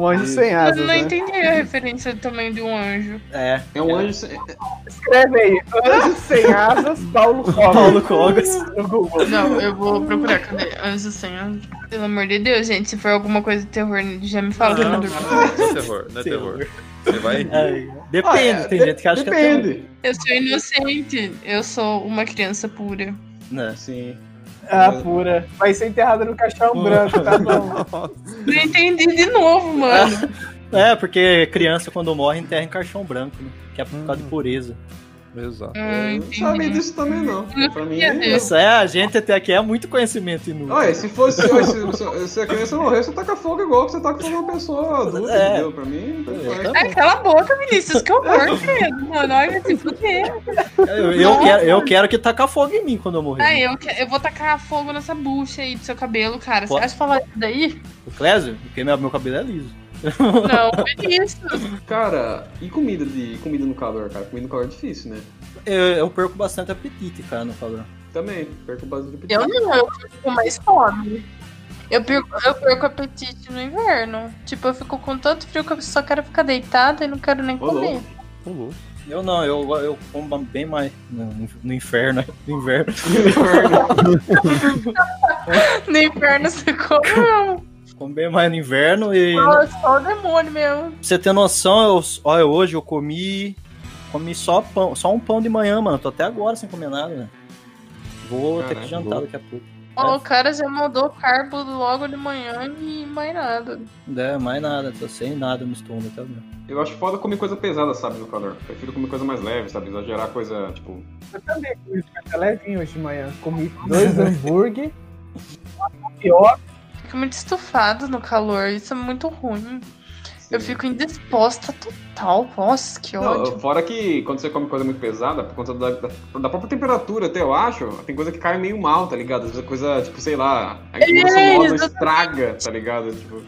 E: Um anjo
B: Isso.
E: sem
F: eu
E: asas,
F: não
E: né?
F: entendi a referência do tamanho de um anjo.
C: É.
B: É um anjo sem...
E: Escreve aí, anjo sem asas, Paulo
C: Paulo
E: Cogos.
C: Cogas.
E: No Google.
F: Não, eu vou procurar. Cadê? Anjo sem anjo. Pelo amor de Deus, gente. Se for alguma coisa de terror, já me fala que eu não durmo.
D: Não é terror, não é terror. Você vai rir.
C: É, depende, tem gente que acha que é
B: Depende.
F: Eu um. sou inocente. Eu sou uma criança pura.
C: tão- né?
B: Sim.
E: Ah, pura. Vai ser enterrada no caixão branco, tá bom.
F: Não entendi de novo, mano.
C: É, porque criança quando morre enterra em caixão branco, né? Que é por causa de pureza.
D: Exato.
F: Ah,
B: Eu não sabia
F: entendi.
B: disso também, não. Pra mim é.
F: Deus.
C: Isso é, a gente até aqui é muito conhecimento inútil.
B: Olha, se fosse ó, se, se, se a criança morrer, você taca fogo igual que você taca fogo uma pessoa adulta,
C: É.
B: entendeu? Pra mim, tanto
C: Eu
B: faz.
C: também.
F: Ai, cala a boca, Vinícius, que horror, credo. Mano, olha vai se fuder.
C: Eu, eu quero, eu quero que taca fogo em mim quando eu morrer.
F: Ai, É, eu, que- eu vou tacar fogo nessa bucha aí do seu cabelo, cara. Você
C: Pode.
F: acha que falar isso daí?
C: O Clésio, porque meu, meu cabelo é liso.
F: Não, é isso.
B: Cara, e comida de comida no calor, cara? Comida no calor é difícil, né?
C: Eu, eu perco bastante apetite, cara, no calor.
B: Também, perco bastante apetite.
F: Eu não, eu fico mais fome. Eu perco, eu perco apetite no inverno. Tipo, eu fico com tanto frio que eu só quero ficar deitada e não quero nem
B: Ô,
F: comer.
B: louco.
D: Ô, louco.
C: Eu não, eu, eu como bem mais no, no inferno, no inverno.
F: No inverno você come, não.
C: Como bem mais no inverno e...
B: [laughs]
F: Só- Só o demônio mesmo.
C: Pra você ter noção, eu, olha, hoje eu comi. Comi só pão, só um pão de manhã, mano. Tô até agora sem comer nada, né? Vou ter
B: Caraca,
C: que jantar daqui a pouco.
F: Ó,
B: É.
F: O cara já mandou carbo logo de manhã e mais nada.
C: Não é mais nada, tô sem nada no estômago tá até agora.
B: Eu acho foda comer coisa pesada, sabe, no calor. Prefiro comer coisa mais leve, sabe? Exagerar coisa, tipo.
E: Eu também comi isso, mas é levinho hoje de manhã. Comi dois hambúrguer, uma tapioca.
F: Fico muito estufado no calor, isso é muito ruim. Eu
B: assim,
F: fico indisposta total. Nossa, que
B: Não,
F: ódio.
B: fora que quando você come coisa muito pesada, por conta da, da, da própria temperatura, até eu acho, tem coisa que cai meio mal, tá ligado? Às vezes a coisa, tipo, sei lá, a gordura
F: É,
B: moda
F: exatamente.
B: estraga, tá ligado? Tipo,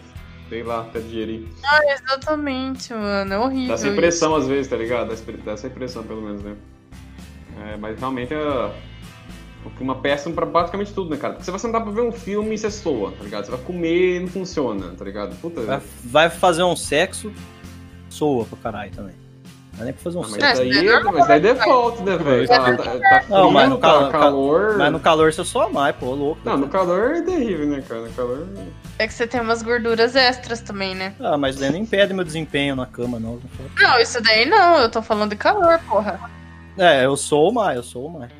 B: sei lá, até digerir.
F: Exatamente, mano. É
B: Dá
F: horrível.
B: essa impressão às vezes, tá ligado? Dá essa- Dá essa impressão, pelo menos, né? É, mas realmente é o clima péssimo pra praticamente tudo, né, cara? Porque você vai sentar pra ver um filme e você soa, tá ligado? Você vai comer e não funciona, tá ligado? Puta,
C: Vai, vai fazer um sexo, soa pra caralho também. Não é nem pra fazer um
B: Ah, mas,
C: sexo.
B: daí,
F: Não, isso é normal,
B: mas daí é default, né, velho?
D: Isso é
B: Tá, tá, tá frio,
C: Não, mas no
B: tá
C: calor-
B: calor.
C: Mas no calor você soa mais, pô, louco.
B: Não, no calor é terrível, né, cara? No calor.
F: É que você tem umas gorduras extras também, né?
C: Ah, mas daí não impede meu desempenho na cama, não.
F: Não, isso daí não, eu tô falando de calor, porra.
C: É, eu sou mais, eu sou mais.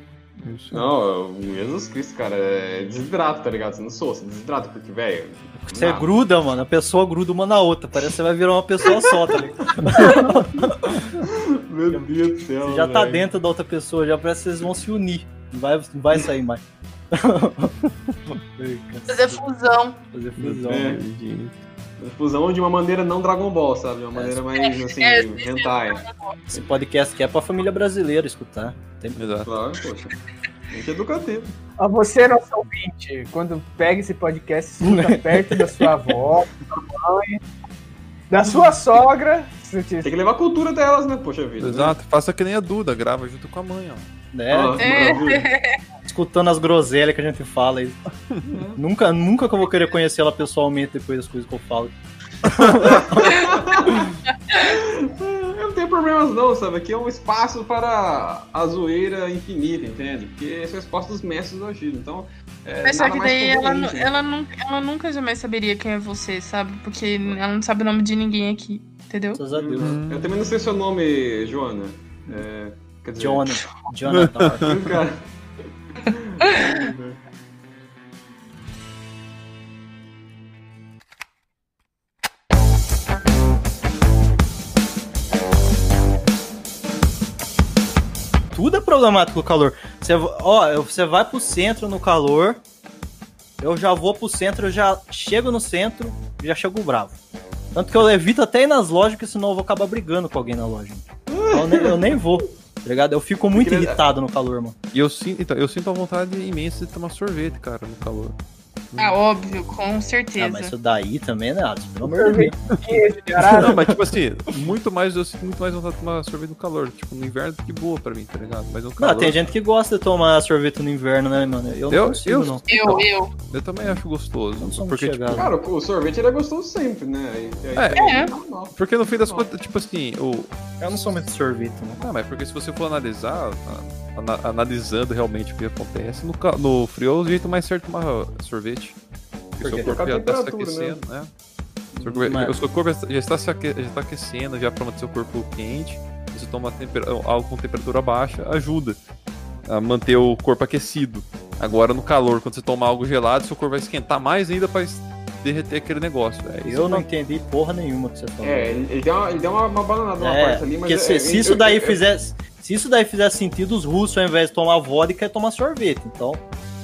D: Isso.
B: Não, eu- Jesus Cristo, cara, é desidrato, tá ligado? Você não sou, você desidrata, porque, velho.
C: Você
B: não.
C: gruda, mano, a pessoa gruda uma na outra. Parece que você vai virar uma pessoa só, tá ligado?
B: Meu Deus do céu.
C: Você já tá
B: velho.
C: dentro da outra pessoa, já parece que vocês vão se unir. Não vai, não vai sair mais.
F: Fazer fusão.
C: Fazer fusão.
D: É.
B: Fusão de uma maneira não Dragon Ball, sabe? De uma maneira mais, assim,
F: é,
B: hentai.
C: Esse podcast que é pra família brasileira escutar. Tem...
D: Exato.
B: Claro, poxa. Muito educativo.
E: A você, nosso ouvinte, quando pega esse podcast, escuta perto da sua avó, da sua mãe, da sua sogra. se você-
B: Tem que levar a cultura delas, né? Poxa vida. né?
D: Exato. Faça que nem a Duda, grava junto com a mãe, ó.
C: Né?
B: Ah, que
F: É.
B: maravilha.
C: Escutando as groselhas que a gente fala aí. nunca, nunca que eu vou querer conhecer ela pessoalmente depois das coisas que eu falo.
B: Eu não tenho problemas não, sabe? Aqui é um espaço para a zoeira infinita, entende? Porque esse é o espaço dos mestres do Oshiro, então... É,
F: Mas só
B: nada
F: que
B: mais
F: daí ela, nu-
B: conveniente, né?
F: ela, nunca, ela nunca jamais saberia quem é você, sabe? Porque ela não sabe o nome de ninguém aqui, entendeu?
C: Graças a Deus.
D: Uhum.
B: Eu também não sei seu nome, Joana. É, quer dizer...
C: Johnny. Jonathan.
B: Cara.
C: Tudo é problemático com o calor. Você, ó, eu- você vai pro centro no calor. Eu já vou pro centro, eu já chego no centro, já chego bravo. Tanto que eu evito até ir nas lojas, porque senão eu vou acabar brigando com alguém na loja. Então, eu, nem, eu nem vou, tá ligado? Eu fico muito
B: Porque-
C: irritado no calor, mano.
D: E eu sinto, então, eu sinto a vontade imensa de tomar sorvete, cara, no calor.
F: Ah, óbvio, com
C: Ah,
F: certeza.
C: mas isso daí também, né, Alisson? Pelo amor de Deus.
E: Sorvete queijo, caralho.
D: Não, mas tipo assim, muito mais, eu sinto muito mais vontade de tomar sorvete no calor. Tipo, no inverno que boa pra mim, tá ligado? Mas no calor.
C: Não, tem gente que gosta de tomar sorvete no inverno, né, mano? Eu não
D: Eu-
C: consigo,
D: eu-
C: não.
F: Eu, eu.
D: Eu também acho gostoso.
C: Não sou muito
D: porque, tipo,
C: chegado.
B: [laughs] Cara, o sorvete ele é gostoso sempre, né? E- e-
D: É.
F: É.
B: normal.
D: porque no fim das
B: Não.
D: contas, tipo assim, o.
C: Eu não sou muito de sorvete, não.
D: Ah, mas porque se você for analisar, a- ana- analisando realmente o que acontece, no, ca- no frio é o jeito mais certo de tomar sorvete. Porque
C: Por quê?
D: o seu corpo
B: Por
D: já
B: causa da
D: tá se
B: temperatura,
D: aquecendo, né? Seu corpo-
C: Mas-
D: O seu corpo já está, se aque- já está aquecendo, já pronto seu corpo quente. Você toma tempera- algo com temperatura baixa, ajuda a manter o corpo aquecido. Agora, no calor, quando você tomar algo gelado, seu corpo vai esquentar mais ainda para derreter aquele negócio. É, isso
C: Eu não
D: que-
C: entendi porra nenhuma que você falou.
B: É, ele ele deu uma, ele deu uma, uma bananada na
C: É,
B: parte ali, mas...
C: porque se,
B: é,
C: se
B: eu-
C: isso daí
B: eu-
C: fizesse. Se isso daí fizesse sentido, os russos, ao invés de tomar vodka, é tomar sorvete. Então,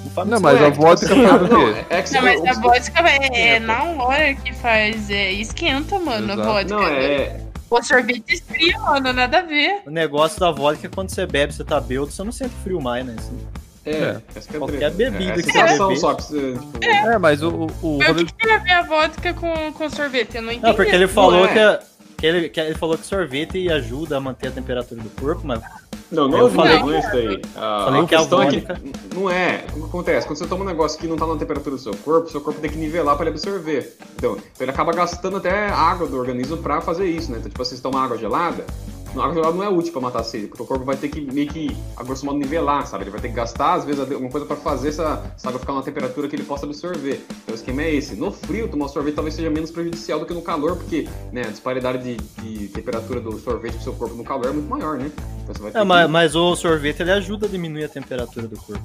C: não faz
D: Não,
C: muito
D: mas
B: é,
D: a
B: tipo
D: vodka
B: assim,
D: faz o
B: não,
D: quê?
B: é que
G: Não, mas a
B: você-
G: vodka é, é na hora que faz. É, esquenta, mano,
D: Exato.
G: a vodka.
B: Não, é.
G: O sorvete esfria, mano, nada a ver.
C: O negócio da vodka é quando você bebe, você tá bêbado, você não sente frio mais, né? Assim,
B: É,
D: É.
B: essa que é a
C: Qualquer
B: treta.
C: bebida
B: é,
C: que
B: a
C: você
B: sensação
C: beber.
B: só que você, tipo,
D: É, mas o, o, o
G: Mas o
D: Rodrigo
G: que tem a ver a vodka com, com sorvete? Eu não entendi.
C: Não, porque ele falou
B: é.
C: que, a- que ele, que ele falou que sorvete ajuda a manter a temperatura do corpo, mas
B: Não, não
C: Eu
B: é
C: falei-
B: não é isso daí. Ah,
C: falei
B: a
C: que a
B: questão é
C: vodka-
B: que não é. O que acontece? Quando você toma um negócio que não tá na temperatura do seu corpo, seu corpo tem que nivelar pra ele absorver. Então, então ele acaba gastando até água do organismo pra fazer isso, né? Então, tipo, assim, você toma água gelada, a água gelada não é útil pra matar a sede, porque o corpo vai ter que meio que, a grosso modo, nivelar, sabe? Ele vai ter que gastar, às vezes, alguma coisa pra fazer essa, essa água ficar numa temperatura que ele possa absorver. Então o esquema é esse. No frio, tomar sorvete talvez seja menos prejudicial do que no calor, porque, né, a disparidade de, de temperatura do sorvete pro seu corpo no calor é muito maior, né? Então você vai ter
C: É,
B: que-
C: mas, mas o sorvete ele ajuda a diminuir a temperatura do corpo.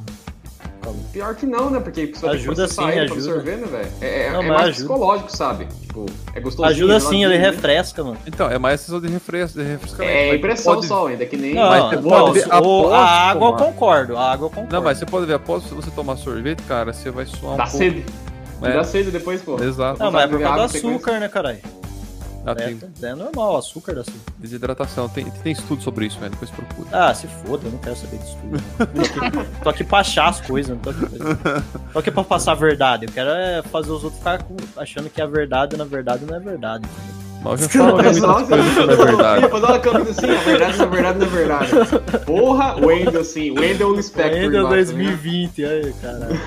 B: Pior que não, né? Porque você vai ter que
C: Ajuda
B: processar
C: sim,
B: ele pra
C: ajuda.
B: absorver, né, velho? É, é,
C: Não,
B: é
C: mas
B: mais
C: ajuda.
B: psicológico, sabe? Tipo, é gostoso.
C: Ajuda sim, ele
B: né?
C: refresca, mano.
D: Então, é mais sensação de refresco, de refrescamento.
B: É
D: mas
B: impressão
D: pode-
B: só, ainda que nem.
C: Não,
D: Mas você
C: não,
D: pode ver
C: o-
D: após
C: a água eu
D: tomar.
C: concordo, a água eu concordo.
D: Não, mas você pode ver, após você tomar sorvete, cara, você vai suar um
B: Dá
D: pouco.
B: sede.
D: É.
B: Dá sede depois, pô.
D: Exato.
C: Não, mas é por
B: Água,
C: causa do
B: sequência.
C: açúcar, né, caralho?
D: Ah, tem
C: É, é normal, açúcar da açúcar.
D: desidratação. Tem, tem estudo sobre isso, velho. Depois procura.
C: Ah, se foda, eu não quero saber disso tudo. Tô aqui, tô aqui pra achar as coisas, não tô aqui, pra- tô aqui pra passar a verdade. Eu quero é fazer os outros ficar com- achando que a verdade, na verdade, não é verdade.
D: Mas eu já falo
B: Nossa,
D: realmente das coisas que não é verdade.
B: Fazer uma câmera assim, a verdade na verdade na verdade. Porra, Wendel, assim, Wendel Spectre.
C: Ainda
D: tá
B: tá
C: 2020, aí, caralho.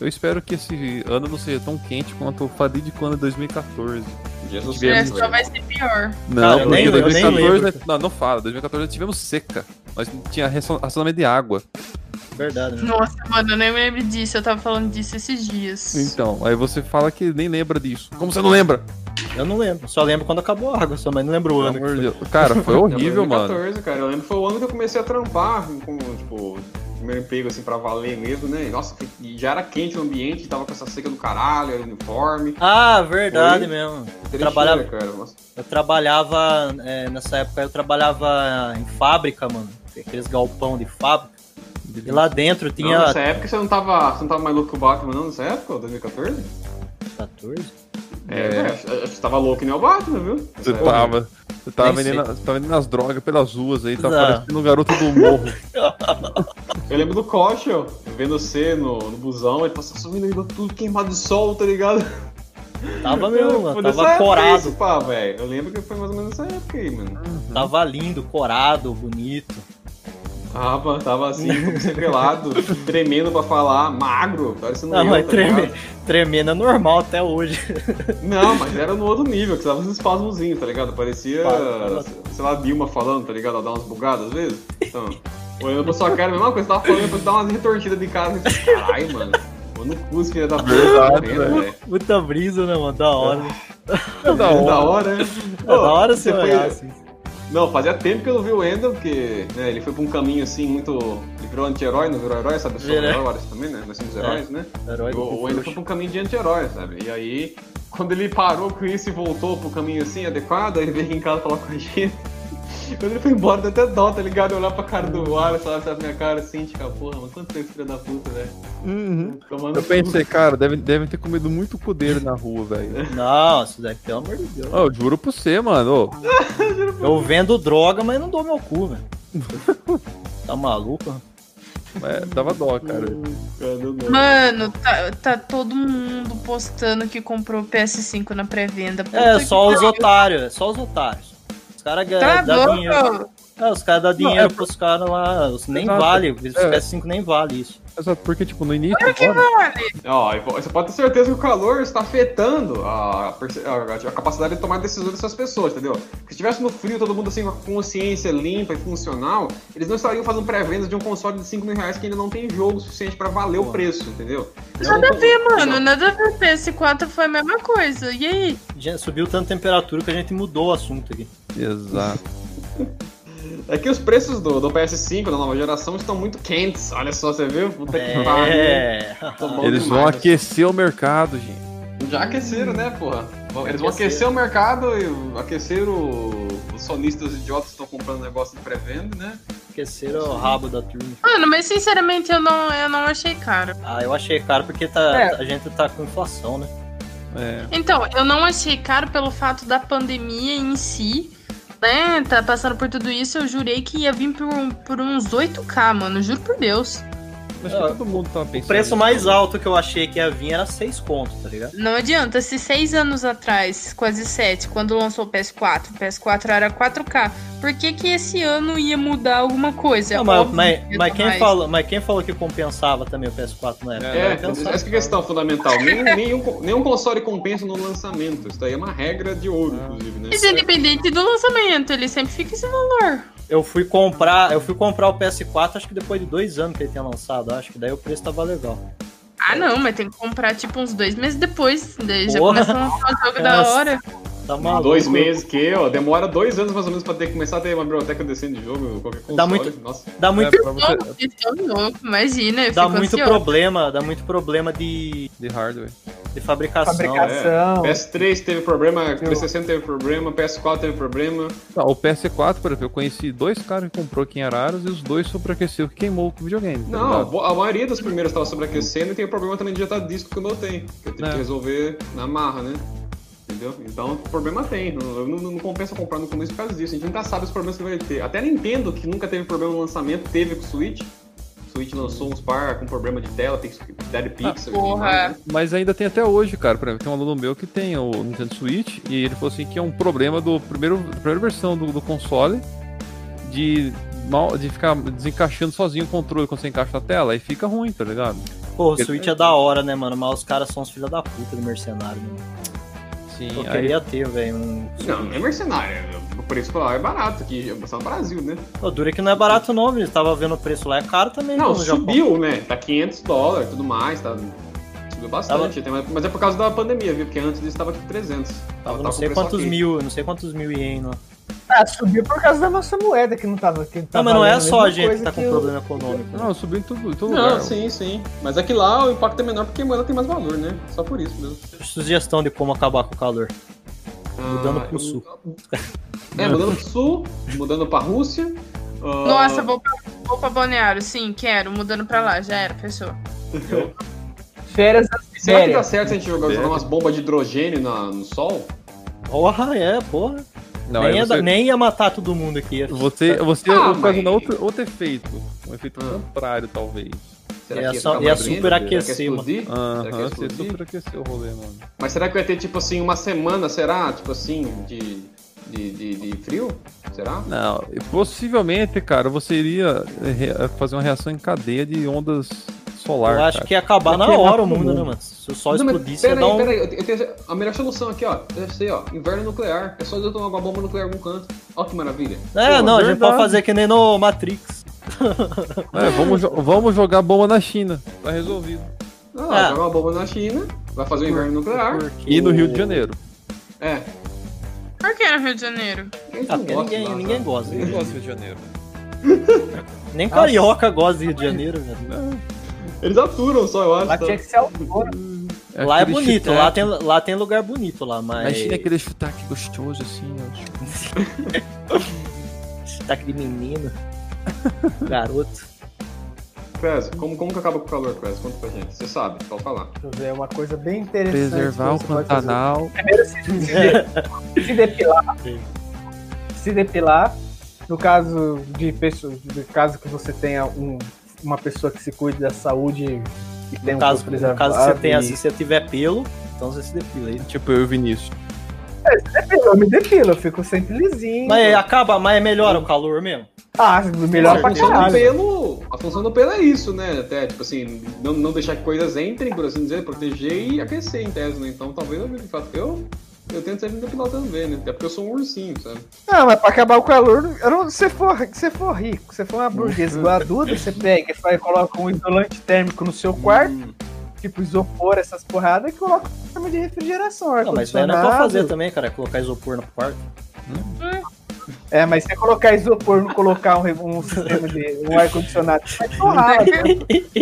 D: Eu espero que esse ano não seja tão quente quanto o fatídico ano de 2014.
B: Jesus
G: É,
B: Cristo.
G: só vai ser pior.
D: Não,
C: Cara, eu
D: porque
C: nem- eu nem
D: 2014.
C: lembro.
D: né, Não, não fala. 2014 nós tivemos seca. Nós não tinha racion- racionamento de água.
C: Verdade, né?
G: Nossa, mano, eu nem me lembro disso. Eu tava falando disso esses dias.
D: Então, aí você fala que nem lembra disso. Como você não lembra?
C: Eu não lembro. Só lembro quando acabou a água, só, mas não lembro o
D: Pelo
C: ano.
D: amor de Deus. Cara,
C: [laughs]
D: foi horrível, mano.
B: 2014, cara. Eu lembro que foi o ano que eu comecei a trampar com, tipo, primeiro emprego, assim, pra valer mesmo, né? Nossa, e já era quente o ambiente, tava com essa seca do caralho, era uniforme.
C: Ah,
B: Foi?
C: verdade mesmo. Eu
B: Trecheira,
C: trabalhava,
B: cara. Nossa.
C: eu trabalhava é, nessa época eu trabalhava em fábrica, mano. Aqueles galpão de fábrica. E lá dentro tinha
B: Não, nessa época você não tava. Você não tava mais louco que o Batman, não? Nessa época, 2014?
C: 14.
B: É, velho, acho- acho que você tava louco que nem o Batman, viu?
D: Você
B: Nessa época.
D: tava. Você tava
C: Nem sei.
D: vendendo, você tava vendendo as drogas pelas ruas aí, tava
C: Não.
D: parecendo um garoto do
C: [laughs]
D: morro.
B: Eu lembro do Kochel vendo você no, no busão, ele passou subindo ainda tudo queimado de sol, tá ligado?
C: Tava mesmo, mano.
B: Foi nessa
C: Tava
B: época
C: corado.
B: isso, pá, velho. Eu lembro que foi mais ou menos nessa época aí, mano.
C: Tava lindo, corado, bonito.
B: Tava, tava
C: [laughs]
B: assim, pelado, tremendo pra falar, magro, parecendo
C: Não,
B: eu,
C: Ah, mas
B: tá
C: treme,
B: ligado?
C: tremendo é normal até hoje. [laughs]
B: Não, mas era no outro nível, que tava uns espasmozinhos, tá ligado? Parecia,
C: Espasmo.
B: sei lá, Dilma falando, tá ligado? Ela dá umas bugadas às vezes. Então, olhando pra sua cara, a mesma coisa, tava falando, depois dá umas retortidas de cara, assim, caralho, mano. Pô, no cu, esse filho da puta, tá
D: Verdade,
B: vendo, velho?
C: Muita brisa, né, mano? Da hora.
D: Da
B: Da
D: hora.
B: hora, né?
C: É da hora você
B: Você foi-
C: olhar assim.
B: Não, fazia tempo que eu não vi o Wendel, porque né, ele foi pra um caminho assim muito. Ele virou anti-herói, não virou herói, sabe? Eu sou
C: Virou.
B: herói agora também, né? Nós somos heróis, né?
C: Herói
B: O-
C: do
B: O Wendel foi pra um caminho de anti-herói, sabe? E aí, quando ele parou com isso e voltou pro caminho assim adequado, ele veio aqui em casa falar com a gente. Quando ele foi embora, deu até dó, tá ligado? Eu Olhar pra cara do Wallace, sabe? Sabe minha cara assim, tipo, porra, mas quanto tempo filho da puta, né?
D: Uhum.
B: Tomando
D: Eu pensei, cara, devem devem ter comido muito cudeiro na rua, velho.
C: Não, isso daí, pelo amor de Deus.
D: Ó, eu juro pra você, mano. Ô,
C: Eu vendo droga, mas não dou meu cu, velho. Tá maluco?
D: é, dava dó, cara.
B: Cara, deu dó.
G: Mano, tá, tá todo mundo postando que comprou PS5 na pré-venda.
C: É,
G: Puta que
C: só os
G: pariu.
C: otários, é só os otários. Os caras
G: Tá
C: ganham dá dinheiro.
G: louco?
C: É, os caras dão dinheiro
D: é por-
C: pros caras lá. os- Nem
D: Exato.
C: vale, os PS5 nem vale isso.
D: Exato, porque, tipo, no início. Agora,
B: Ó, e vo- você pode ter certeza que o calor está afetando a, perce- a- a capacidade de tomar decisões dessas pessoas, entendeu? Porque Se estivesse no frio, todo mundo assim com a consciência limpa e funcional, eles não estariam fazendo pré-venda de um console de 5 mil reais que ainda não tem jogo suficiente para valer o preço, entendeu? Então,
G: Nada a ver, mano. Nada a ver. PS4 foi a mesma coisa. E aí?
C: Já subiu tanto a temperatura que a gente mudou o assunto aqui.
D: Exato.
B: É que os preços do, do PS5 da nova geração estão muito quentes, olha só, você viu? Puta que pariu.
C: É.
B: Tá bom
D: Eles vão
B: demais.
D: aquecer o mercado, gente.
B: Já aqueceram, né, porra? Eles vão
C: Aqueceram.
B: aquecer o mercado e aquecer o os sonistas idiotas estão comprando negócio de pré-venda, né?
C: [laughs] Esqueceram o rabo da turma.
G: Mano, mas sinceramente eu não, eu não achei caro.
C: Ah, eu achei caro porque tá,
E: É.
C: a gente tá com inflação, né?
D: É.
G: Então, eu não achei caro pelo fato da pandemia em si, né? Tá passando por tudo isso, eu jurei que ia vir por, um- por uns 8k, mano. Juro por Deus.
D: Acho que todo mundo tava pensando.
C: O preço
D: nisso.
C: mais alto que eu achei que ia vir era 6 conto, tá ligado?
G: Não adianta, se seis anos atrás, quase sete, quando lançou o PS4, o PS4 era 4K, por que que esse ano ia mudar alguma coisa?
C: Não, mas,
G: Óbvio
C: mas,
G: que ia
C: mas
G: dar
C: quem
G: mais.
C: falou, mas quem falou que compensava também o PS4 na época?
D: É,
B: É,
C: Era compensado.
B: essa que é a questão fundamental. Nem- nenhum, co- nenhum console compensa no lançamento. Isso daí é uma regra de ouro, inclusive, né?
G: Mas é independente do lançamento, ele sempre fica esse valor.
C: Eu fui comprar, eu fui comprar o PS4 acho que depois de dois anos que ele tinha lançado, acho que daí o preço tava legal.
G: Ah, não, mas tem que comprar tipo uns dois meses depois. Daí já
C: Porra.
G: começa a lançar o jogo da
C: Nossa.
G: hora.
C: Tá maluco.
B: Dois meses que, ó, demora dois anos mais ou menos pra ter começar a ter uma biblioteca decente de jogo, qualquer console.
C: Dá muito-
B: Nossa.
C: Dá muito,
D: É, pra você,
G: Não, isso é louco, imagina. Eu
C: dá
G: fico
C: muito
G: ansiosa.
C: problema, dá muito problema de,
D: de hardware.
C: de fabricação. né? é.
B: Fabricação.
E: Fabricação.
B: PS3 teve problema, P60 teve problema, PS4 teve problema.
D: Não, o PS4, por exemplo, eu conheci dois caras que comprou aqui em Araras e os dois sobreaqueceu, queimou o videogame. tá
B: Não,
D: ligado?
B: bo- a maioria dos primeiros estava sobreaquecendo e tem o problema também de injetar disco que eu não tenho. Que eu tive
D: É.
B: que resolver na marra, né? Entendeu? Então, problema tem. Não, não- não compensa comprar no começo por causa disso. A gente nunca sabe os problemas que vai ter. Até a Nintendo, que nunca teve problema no lançamento, teve com o Switch. O Switch lançou uns par com problema de tela, tem que dar pixel. e tudo
G: porra.
B: mais, né?
D: Mas ainda tem até hoje, cara. Por exemplo, tem um aluno meu que tem o Nintendo Switch e ele falou assim que é um problema do primeiro, da primeira versão do, do console de, mal, de ficar desencaixando sozinho o controle quando você encaixa na tela. Aí fica ruim, tá ligado?
C: Pô, o Switch é da hora, né, mano? Mas os caras são os filhos da puta de mercenário, né?
D: Sim,
C: Eu
D: aí
C: queria ter, velho. Um...
B: Não, não é mercenário. é- O preço lá é barato, que é só no Brasil, né?
C: Pô, dura que não é barato não, viu? Tava vendo o preço lá, é caro também.
B: Não,
C: pô, no Japão.
B: subiu, né? Tá 500 dólares e tudo mais, tá... Subiu bastante, até mais- mas é por causa da pandemia, viu? Porque antes disso tava tipo 300.
C: Tava
B: com
C: não
B: o
C: sei
B: preço
C: quantos
B: ok.
C: mil, não sei quantos mil ien lá.
E: Ah, subiu por causa da nossa moeda que não tava. Que tá
C: Não, mas não é
E: valendo
C: só a
E: mesma
C: gente que
E: coisa
C: tá com
E: o-
C: problema econômico. né?
D: Não, subiu em tudo, em todo
B: Não,
D: lugar.
B: sim, sim. Mas é que lá o impacto é menor porque a moeda tem mais valor, né? Só por isso mesmo.
C: Sugestão de como acabar com o calor. Ah, Mudando pro
B: eu-
C: sul.
B: É, mudando pro sul, mudando pra Rússia. ah,
G: Nossa, vou pra, vou pra Balneário, sim, quero. Mudando pra lá, já era, fechou.
E: Férias da
B: Será que dá
E: Sibéria.
B: certo se a gente jogar, jogar umas bombas de hidrogênio na- no sol?
C: Porra, é, porra.
D: Não,
C: nem,
D: aí
C: ia,
D: você,
C: da- nem ia matar todo mundo aqui.
D: você, é você
B: Ah,
D: ocasiona
B: mas-
D: outro, outro efeito. Um efeito
B: Ah.
D: contrário, talvez.
B: Será
C: Ia
B: que ia
C: é só-
B: ficar
C: ia
B: mais brilho?
C: superaquecer,
B: Será que ia
C: mano.
B: explodir?
D: Aham,
B: Será que é ia
D: você
B: explodir?
D: superaqueceu o rolê, mano.
B: Mas será que vai ter, tipo assim, uma semana, será? Tipo assim, de, de, de, de frio? Será?
D: Não, e possivelmente, cara, você iria é, re- fazer uma reação em cadeia de ondas solar.
C: Eu acho
D: cara.
C: que ia acabar
D: Ia
C: na
D: queimar
C: hora o
D: todo
C: mundo,
D: mundo.
C: né, mano? Se o sol
B: Não, mas
C: explodisse, ia dar
B: aí,
C: um.
B: aí, eu te- eu tenho a melhor solução aqui, ó. Eu sei, ó, inverno nuclear. É só jogar uma bomba nuclear em algum canto. Ó que maravilha.
C: É,
D: Pô,
C: não, a gente
D: verdade.
C: pode fazer que nem no Matrix.
D: É, vamos, jo- vamos jogar bomba na China. Tá resolvido.
B: Ah, lá,
C: Ah.
B: joga uma bomba na China, vai fazer o inverno nuclear.
C: Porque
D: E no Rio de Janeiro.
B: É.
G: Por que no Rio de Janeiro?
B: Eles
C: Ah,
B: não
C: porque
B: gostam
C: ninguém,
B: lá, tá?
C: ninguém gosta.
D: Eu gosto do Rio de Janeiro.
C: Nem carioca gosta de Rio de Janeiro, velho.
B: Eles aturam só, eu acho.
E: Lá
B: tá?
E: tinha que ser autora.
C: lá é bonito, lá tem, lá tem lugar bonito lá, mas.
D: Imagina aquele chutaque gostoso assim, ó.
C: Sotaque de tá
D: [laughs]
C: menino. Garoto.
B: Cres, como, como que acaba com o calor, Cres? Conta pra gente. Você sabe, pode falar.
E: Deixa eu ver, é uma coisa bem interessante.
D: Preservar o
E: que você pode fazer.
D: Pantanal.
E: Se depilar. Se depilar. No caso de pessoa, no caso que você tenha um- uma pessoa que se cuide da saúde e tem
C: No
E: um
C: caso,
E: corpo
C: no caso você
E: preservado
C: tenha, se
E: e-
C: você tiver pelo, então você se depila aí.
D: Tipo eu e o Vinícius.
E: Eu me depilo, eu fico sempre lisinho.
C: Mas acaba, mas é melhor o calor mesmo.
E: Ah, melhor
B: a
C: é
E: pra
B: função do
E: caralho.
B: um pelo, a função do pelo é isso, né? Até, tipo assim, não, não deixar que coisas entrem, por assim dizer, proteger e aquecer em tese, né? Então talvez eu de fato eu, eu tento sempre me depilar também, né? Até porque eu sou um ursinho, sabe?
E: Não, mas pra acabar o calor, eu não, se, for, se for rico, se for uma burguesa igual a Duda, você pega e faz- coloca um isolante térmico no seu quarto,
B: Hum.
E: tipo isopor, essas porradas, e coloca uma forma de refrigeração.
C: Não, mas isso aí não é pra
E: ar-condicionado.
C: fazer também, cara. é Colocar isopor no quarto.
E: É, mas se você colocar isopor, não colocar um, re- um sistema de um ar-condicionado, vai torrar. né?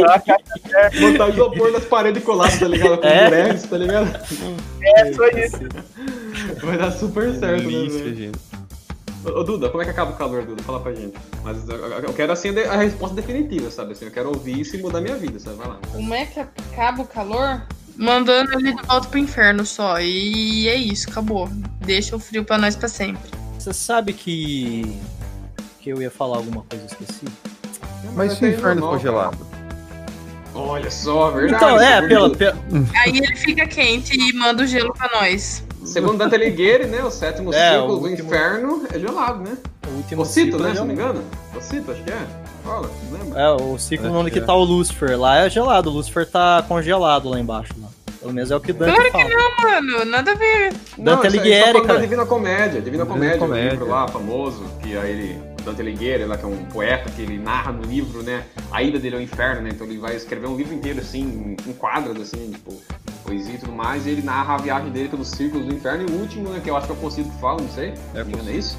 B: É, Botar isopor nas paredes coladas, tá ligado? Com
C: É.
B: durex, tá ligado?
E: É só isso.
B: Vai dar super certo, né?
E: É,
D: Delícia,
B: velho?
D: gente.
B: Ô, ô, Duda, como é que acaba o calor, Duda? Fala pra gente. Mas eu- eu eu quero assim a de- a resposta definitiva, sabe? Assim, eu quero ouvir isso e mudar minha vida, sabe? Vai lá.
G: Como é que acaba o calor? Mandando ele de volta pro inferno só. E é isso, acabou. Deixa o frio pra nós pra sempre.
C: Você sabe que. que eu ia falar alguma coisa, eu esqueci.
D: Mas se o
B: é
D: inferno
B: normal,
D: for gelado?
B: cara. Olha só, verdade.
C: Então, é, pela,
B: verdade.
C: pela,
G: Aí ele fica quente e manda o gelo pra nós.
B: Segundo Dante Alighieri, né? O sétimo
C: É,
B: ciclo
C: o
B: do
C: último.
B: inferno é gelado, né?
C: o último
B: Ocito,
C: ciclo,
B: né? Se não me
C: realmente.
B: engano. Ocito, acho que é. Fala, lembra?
C: É, o ciclo
D: Acho
C: onde
D: que
C: que
D: é.
C: tá o Lucifer lá é gelado. O Lucifer tá congelado lá embaixo. Lá. Pelo menos é o que Dante
G: Claro
C: fala.
G: Mano, nada a ver.
C: Dante
B: isso- isso tá
C: Alighieri,
B: falando
C: cara.
B: Da Divina Comédia, Divina
D: Divina
B: Comédia, o
D: Comédia.
B: livro lá famoso, que aí ele, o Dante Alighieri, lá, que é um poeta, que ele narra no livro, né, a ida dele ao inferno, né, então ele vai escrever um livro inteiro, assim, em quadras, assim, tipo, poesia e tudo mais, e ele narra a viagem dele pelos círculos do inferno, e o último, né, que eu acho que é o Consigo que fala, não sei,
D: É,
B: se não me engano, é isso?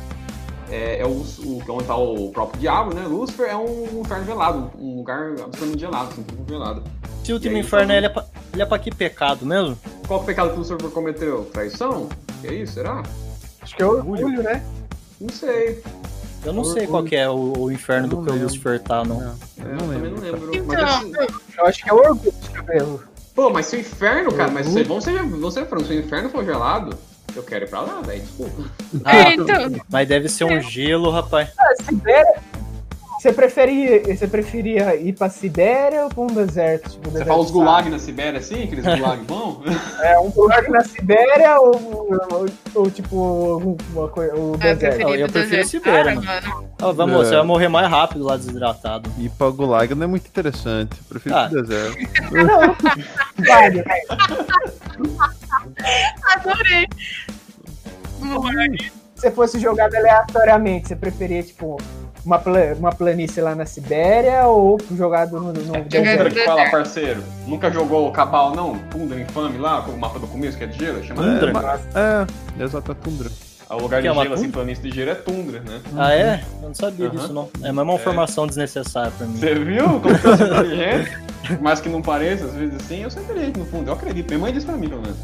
B: É, é o, o, que é onde tá o próprio diabo, né, Lúcifer é um inferno gelado, um lugar absolutamente gelado, assim, tudo gelado.
C: Esse último
B: E aí,
C: inferno,
B: então-
C: ele é, pra, ele é pra que pecado mesmo?
B: Qual que é o pecado que Lúcifer cometeu? Traição? Que é isso, será?
E: Acho que é orgulho, né?
B: Não sei.
C: Eu não sei qual que é o, o inferno
D: Eu
C: do
D: não
C: que o
D: lembro.
C: Lucifer tá, não.
D: Eu
B: É,
D: não
B: eu também
D: lembro.
B: não lembro. mas
G: Então,
B: assim,
E: Eu acho que é orgulho de cabelo.
B: pô, mas se o inferno, cara, mas se, vamos, ser, vamos ser francos, se o inferno for gelado, eu quero ir pra lá, velho. Desculpa.
G: é, então.
C: Ah, tá. Mas deve ser um gelo, rapaz.
E: Ah, Sibéria. Você preferia, você preferia ir pra Sibéria ou pra um deserto? Tipo,
B: Você
E: deserto
B: fala os
E: do Saara?
B: gulag na Sibéria assim, aqueles [laughs] gulag bom?
E: É, um gulag na Sibéria ou, ou, ou, tipo, alguma coisa, ou
G: Ah,
F: É,
G: eu
C: Não,
E: deserto?
G: preferi
C: eu
G: do
C: prefiro
G: deserto.
C: Sibéria,
G: Ah, mano.
C: Ó, vamos,
D: É.
C: você vai morrer mais rápido lá desidratado.
D: E pra Gulag não é muito interessante. Eu prefiro
C: Ah.
D: o deserto.
E: Vale.
G: Adorei. Boa.
E: Se você fosse jogado aleatoriamente, você preferia, tipo, uma, pla- uma planície lá na Sibéria ou jogado no, no
B: Cara
E: deserto?
B: É que fala, parceiro, nunca jogou o cabal não? Pundra infame lá, com o mapa do começo, que é de gelo? Chama
C: Tundra?
B: Tundra.
D: É, exato, a tundra.
B: Ah, O lugar
C: Que
B: de
C: é uma
B: gelo, assim,
C: tundra?
B: planície de gelo é tundra, né?
C: Ah, é? Eu não sabia
B: Aham.
C: disso, não. É mais uma informação desnecessária pra mim.
B: Você viu como que eu sou inteligente? Por mais que não pareça, às vezes assim, eu sou inteligente no fundo, eu acredito. Minha mãe diz pra mim, pelo menos.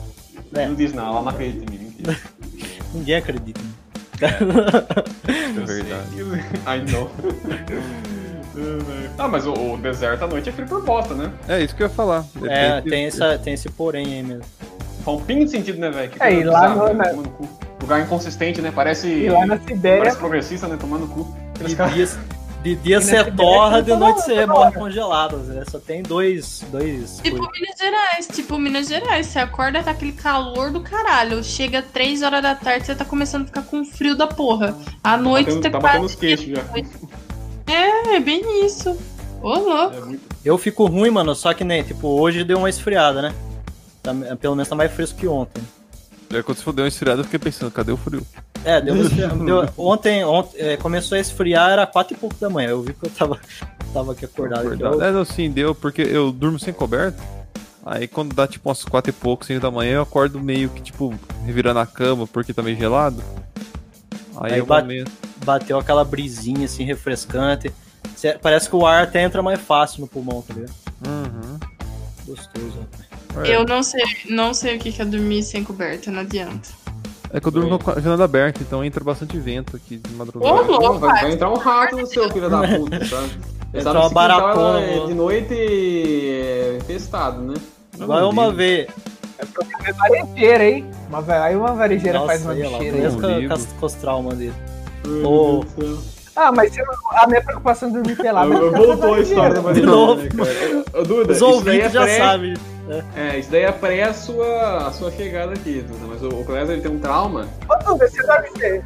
C: É.
B: Não diz não, ela não acredita em mim, mentira.
C: Ninguém acredita. né?
B: Eu sei
D: verdade.
B: que- [laughs] I know. ah, mas o, o deserto à noite é frio por bosta, né?
D: É isso que eu ia falar.
C: É,
D: Depende-
C: tem, essa, tem esse porém aí mesmo.
B: Faz um pingo de sentido, né, velho? Que
E: É, e
B: coisa
E: lá
B: bizarra,
E: no-
B: né? Tomando cu. Lugar inconsistente, né? Parece.
E: E lá na
C: é
E: Sibéria,
B: Parece progressista, né? Tomando cu. Aqueles
C: De
B: caras-
C: dia, de dia
E: E
C: você
E: nessa
C: torra,
E: direção
C: de
E: toda
C: noite
E: hora,
C: você
E: toda
C: morre
E: hora.
C: congelado. Né? Só tem dois. dois
G: Tipo
C: coisas.
G: Minas Gerais, tipo Minas Gerais. Você acorda, tá aquele calor do caralho. Chega 3 horas da tarde, você tá começando a ficar com frio da porra. À
B: tá
G: noite
B: batendo-
G: você
B: tá
G: quase.
B: batendo os queixos já.
G: É, bem isso. Ô, louco.
B: É muito-
C: Eu fico ruim, mano, só que nem, tipo, hoje deu uma esfriada, né? Tá- pelo menos tá mais fresco que ontem.
D: É, quando você for dar uma esfriada, eu fiquei pensando, cadê o frio?
C: É, deu uma
B: [laughs]
C: esfriada. deu- ontem ontem é, começou a esfriar, era quatro e pouco da manhã. Eu vi que eu tava, [laughs] tava aqui acordado. então aqui,
D: Acordado. É, não, sim, deu, porque eu durmo sem coberta. Aí quando dá tipo umas quatro e pouco, 5 da manhã, eu acordo meio que tipo revirando a cama porque tá meio gelado. Aí,
C: Aí
D: eu
C: bate-
D: momento.
B: é?
C: eu- bateu aquela brisinha, assim, refrescante. Cê- parece que o ar até entra mais fácil no pulmão, tá ligado?
D: Uhum.
C: Gostoso. né?
D: É,
G: Eu não sei, não sei o que que é dormir sem coberta, não adianta.
D: é que eu durmo com a janela aberta, então entra bastante vento aqui de
G: Ô,
D: madrugada.
G: louco,
B: vai, vai
G: cara.
B: entrar um rato no seu, filho da puta, tá? sabe? Você
C: Entra
B: sabe
C: uma
B: que esse quintal,
C: baratona,
B: é
C: mano.
B: tá de noite é infestado, né?
C: Vai uma vez.
E: é varejeira, hein? Uma, va- aí uma varejeira
C: Nossa,
E: faz uma
B: é
C: sei lá,
E: bicheira.
D: né?
E: aí.
C: conheço com,
D: Livro.
C: com, com os traumas dele.
B: Ô,
C: Ô.
B: meu Deus do céu.
E: Ah, mas eu- a minha preocupação de dormir pelado
B: Eu- eu- Voltou a história da
C: De
B: Maria
C: novo.
B: Helena, né, cara. Ô, Duda,
C: Os
B: isso daí é
C: ouvintes já
B: pré-
C: sabem.
B: É, isso daí é pré a sua, a sua chegada aqui, Duda. Mas o, o Clésio, ele tem um trauma.
E: Ô, Duda, você dorme pe-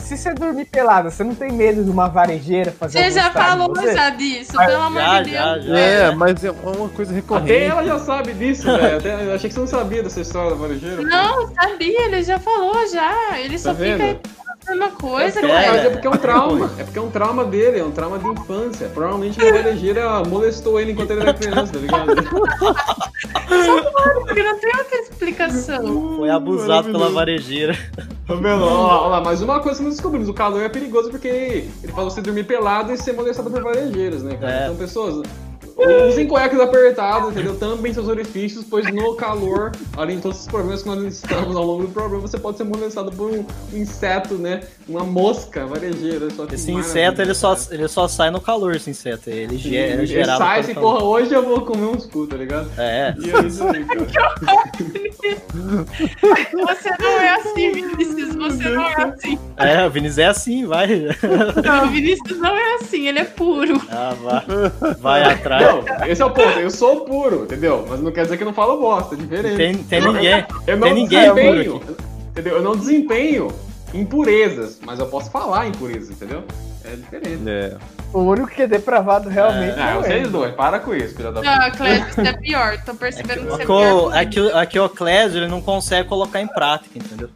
E: Se você dormir pelado, você não tem medo de uma varejeira
G: Você
E: fazer algum
G: já
E: estrago em
G: falou
E: você?
G: já disso, pelo amor
C: Já,
G: de
C: já,
G: Deus.
C: já.
D: É, mas é uma coisa recorrente.
B: Até ela já sabe disso, velho. Até- Eu achei que você não sabia dessa história da varejeira.
G: Não, sabia, ele já falou já. Ele
B: Tá
G: só
B: vendo?
G: fica repetindo a mesma coisa,
C: É,
B: Mas
G: cara.
B: é porque é um trauma. É porque é um trauma dele, é um trauma de infância. Provavelmente a varejeira molestou ele enquanto ele era criança, tá ligado?
G: Porque não tem outra explicação.
C: Foi abusado pela varejeira.
B: Tá vendo? Ó lá, ó lá, mas uma coisa que nós descobrimos, o calor é perigoso porque ele fala você dormir pelado e ser molestado por varejeiros, né, cara?
C: É.
B: Então, pessoas, Usem cuecas apertadas, entendeu? Também seus orifícios, pois no calor, além de todos os problemas que nós estamos ao longo do programa, você pode ser molestado por um inseto, né? Uma mosca varejeira. Só que
C: Esse
B: maravilha,
C: inseto, ele só, é,
B: cara.
C: ele só sai no calor, esse inseto. Ele, ge- ele
B: Ele
C: gerava...
B: sai
C: quando
B: assim,
C: tá-
B: porra, hoje eu vou comer uns cu, tá ligado?
C: É,
B: [laughs] E é isso aí, cara.
G: Você não é assim, Vinícius. Você não é assim.
C: é, o Vinícius é assim,
G: [laughs]
C: vai. [laughs]
G: Não, o Vinícius não é assim, ele é puro.
C: Ah, vai. Vai atrás.
B: Não, esse é o ponto. Eu sou puro, entendeu? Mas não quer dizer que eu não falo bosta, é diferente.
C: Tem, tem ninguém.
B: Eu não
C: Tem ninguém
B: desempenho. Entendeu? Eu não desempenho impurezas, mas eu posso falar impurezas, entendeu? É diferente.
D: É.
E: O único que é depravado realmente
B: Ah,
E: é, o
B: vocês
E: Enzo.
B: dois, para com isso, filha da puta.
F: Ah.
G: Não, Cleber, você é pior. Tô percebendo que você é
C: Aqui,
G: pior.
C: o- aqui, o- aqui o Clésio, ele não consegue colocar em prática, entendeu?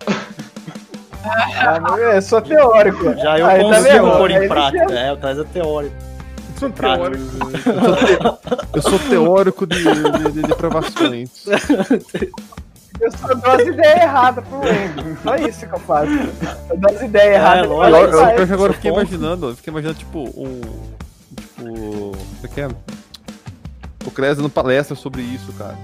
E: Ah, não, é só teórico.
C: Já eu
E: Aí tá
C: consigo
E: vendo?
C: pôr
E: Aí
C: em
E: ele
C: prática. É, o Clésio é teórico.
B: Sou
C: prático.
B: teórico.
D: Eu sou teórico de, de,
C: [laughs]
D: de depravações.
E: Eu só dou as ideias erradas pro Enzo. Só isso que eu faço. Eu dou as ideias erradas.
C: lógico.
E: ele
D: Agora,
E: faz.
D: eu, pior que agora eu fiquei
C: Ponto.
D: imaginando, eu fiquei imaginando, tipo, um. Tipo. Como é que é? O Cres dando palestra sobre isso, cara.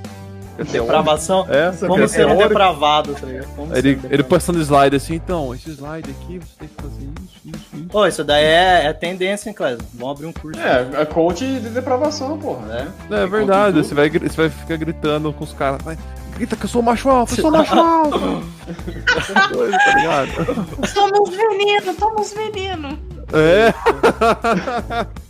D: É teórico.
C: Depravação.
D: É,
C: Como
D: é
C: ser um
D: teórico.
C: depravado, tá ligado? Como ser
D: Ele,
C: um
D: ele
C: depravado.
D: passando slide assim, então, esse slide aqui, você tem que fazer isso, isso, isso.
C: Ô, isso daí é, é tendência, hein, Clésio? Vamos abrir um curso.
B: É, é coach de depravação, porra, né?
D: É verdade, você vai, gri- você vai ficar gritando com os caras. vai, Grita que eu sou macho alfa, eu sou [laughs] macho alfa. Coisa, tá ligado?
G: Somos veneno, somos veneno.
D: É.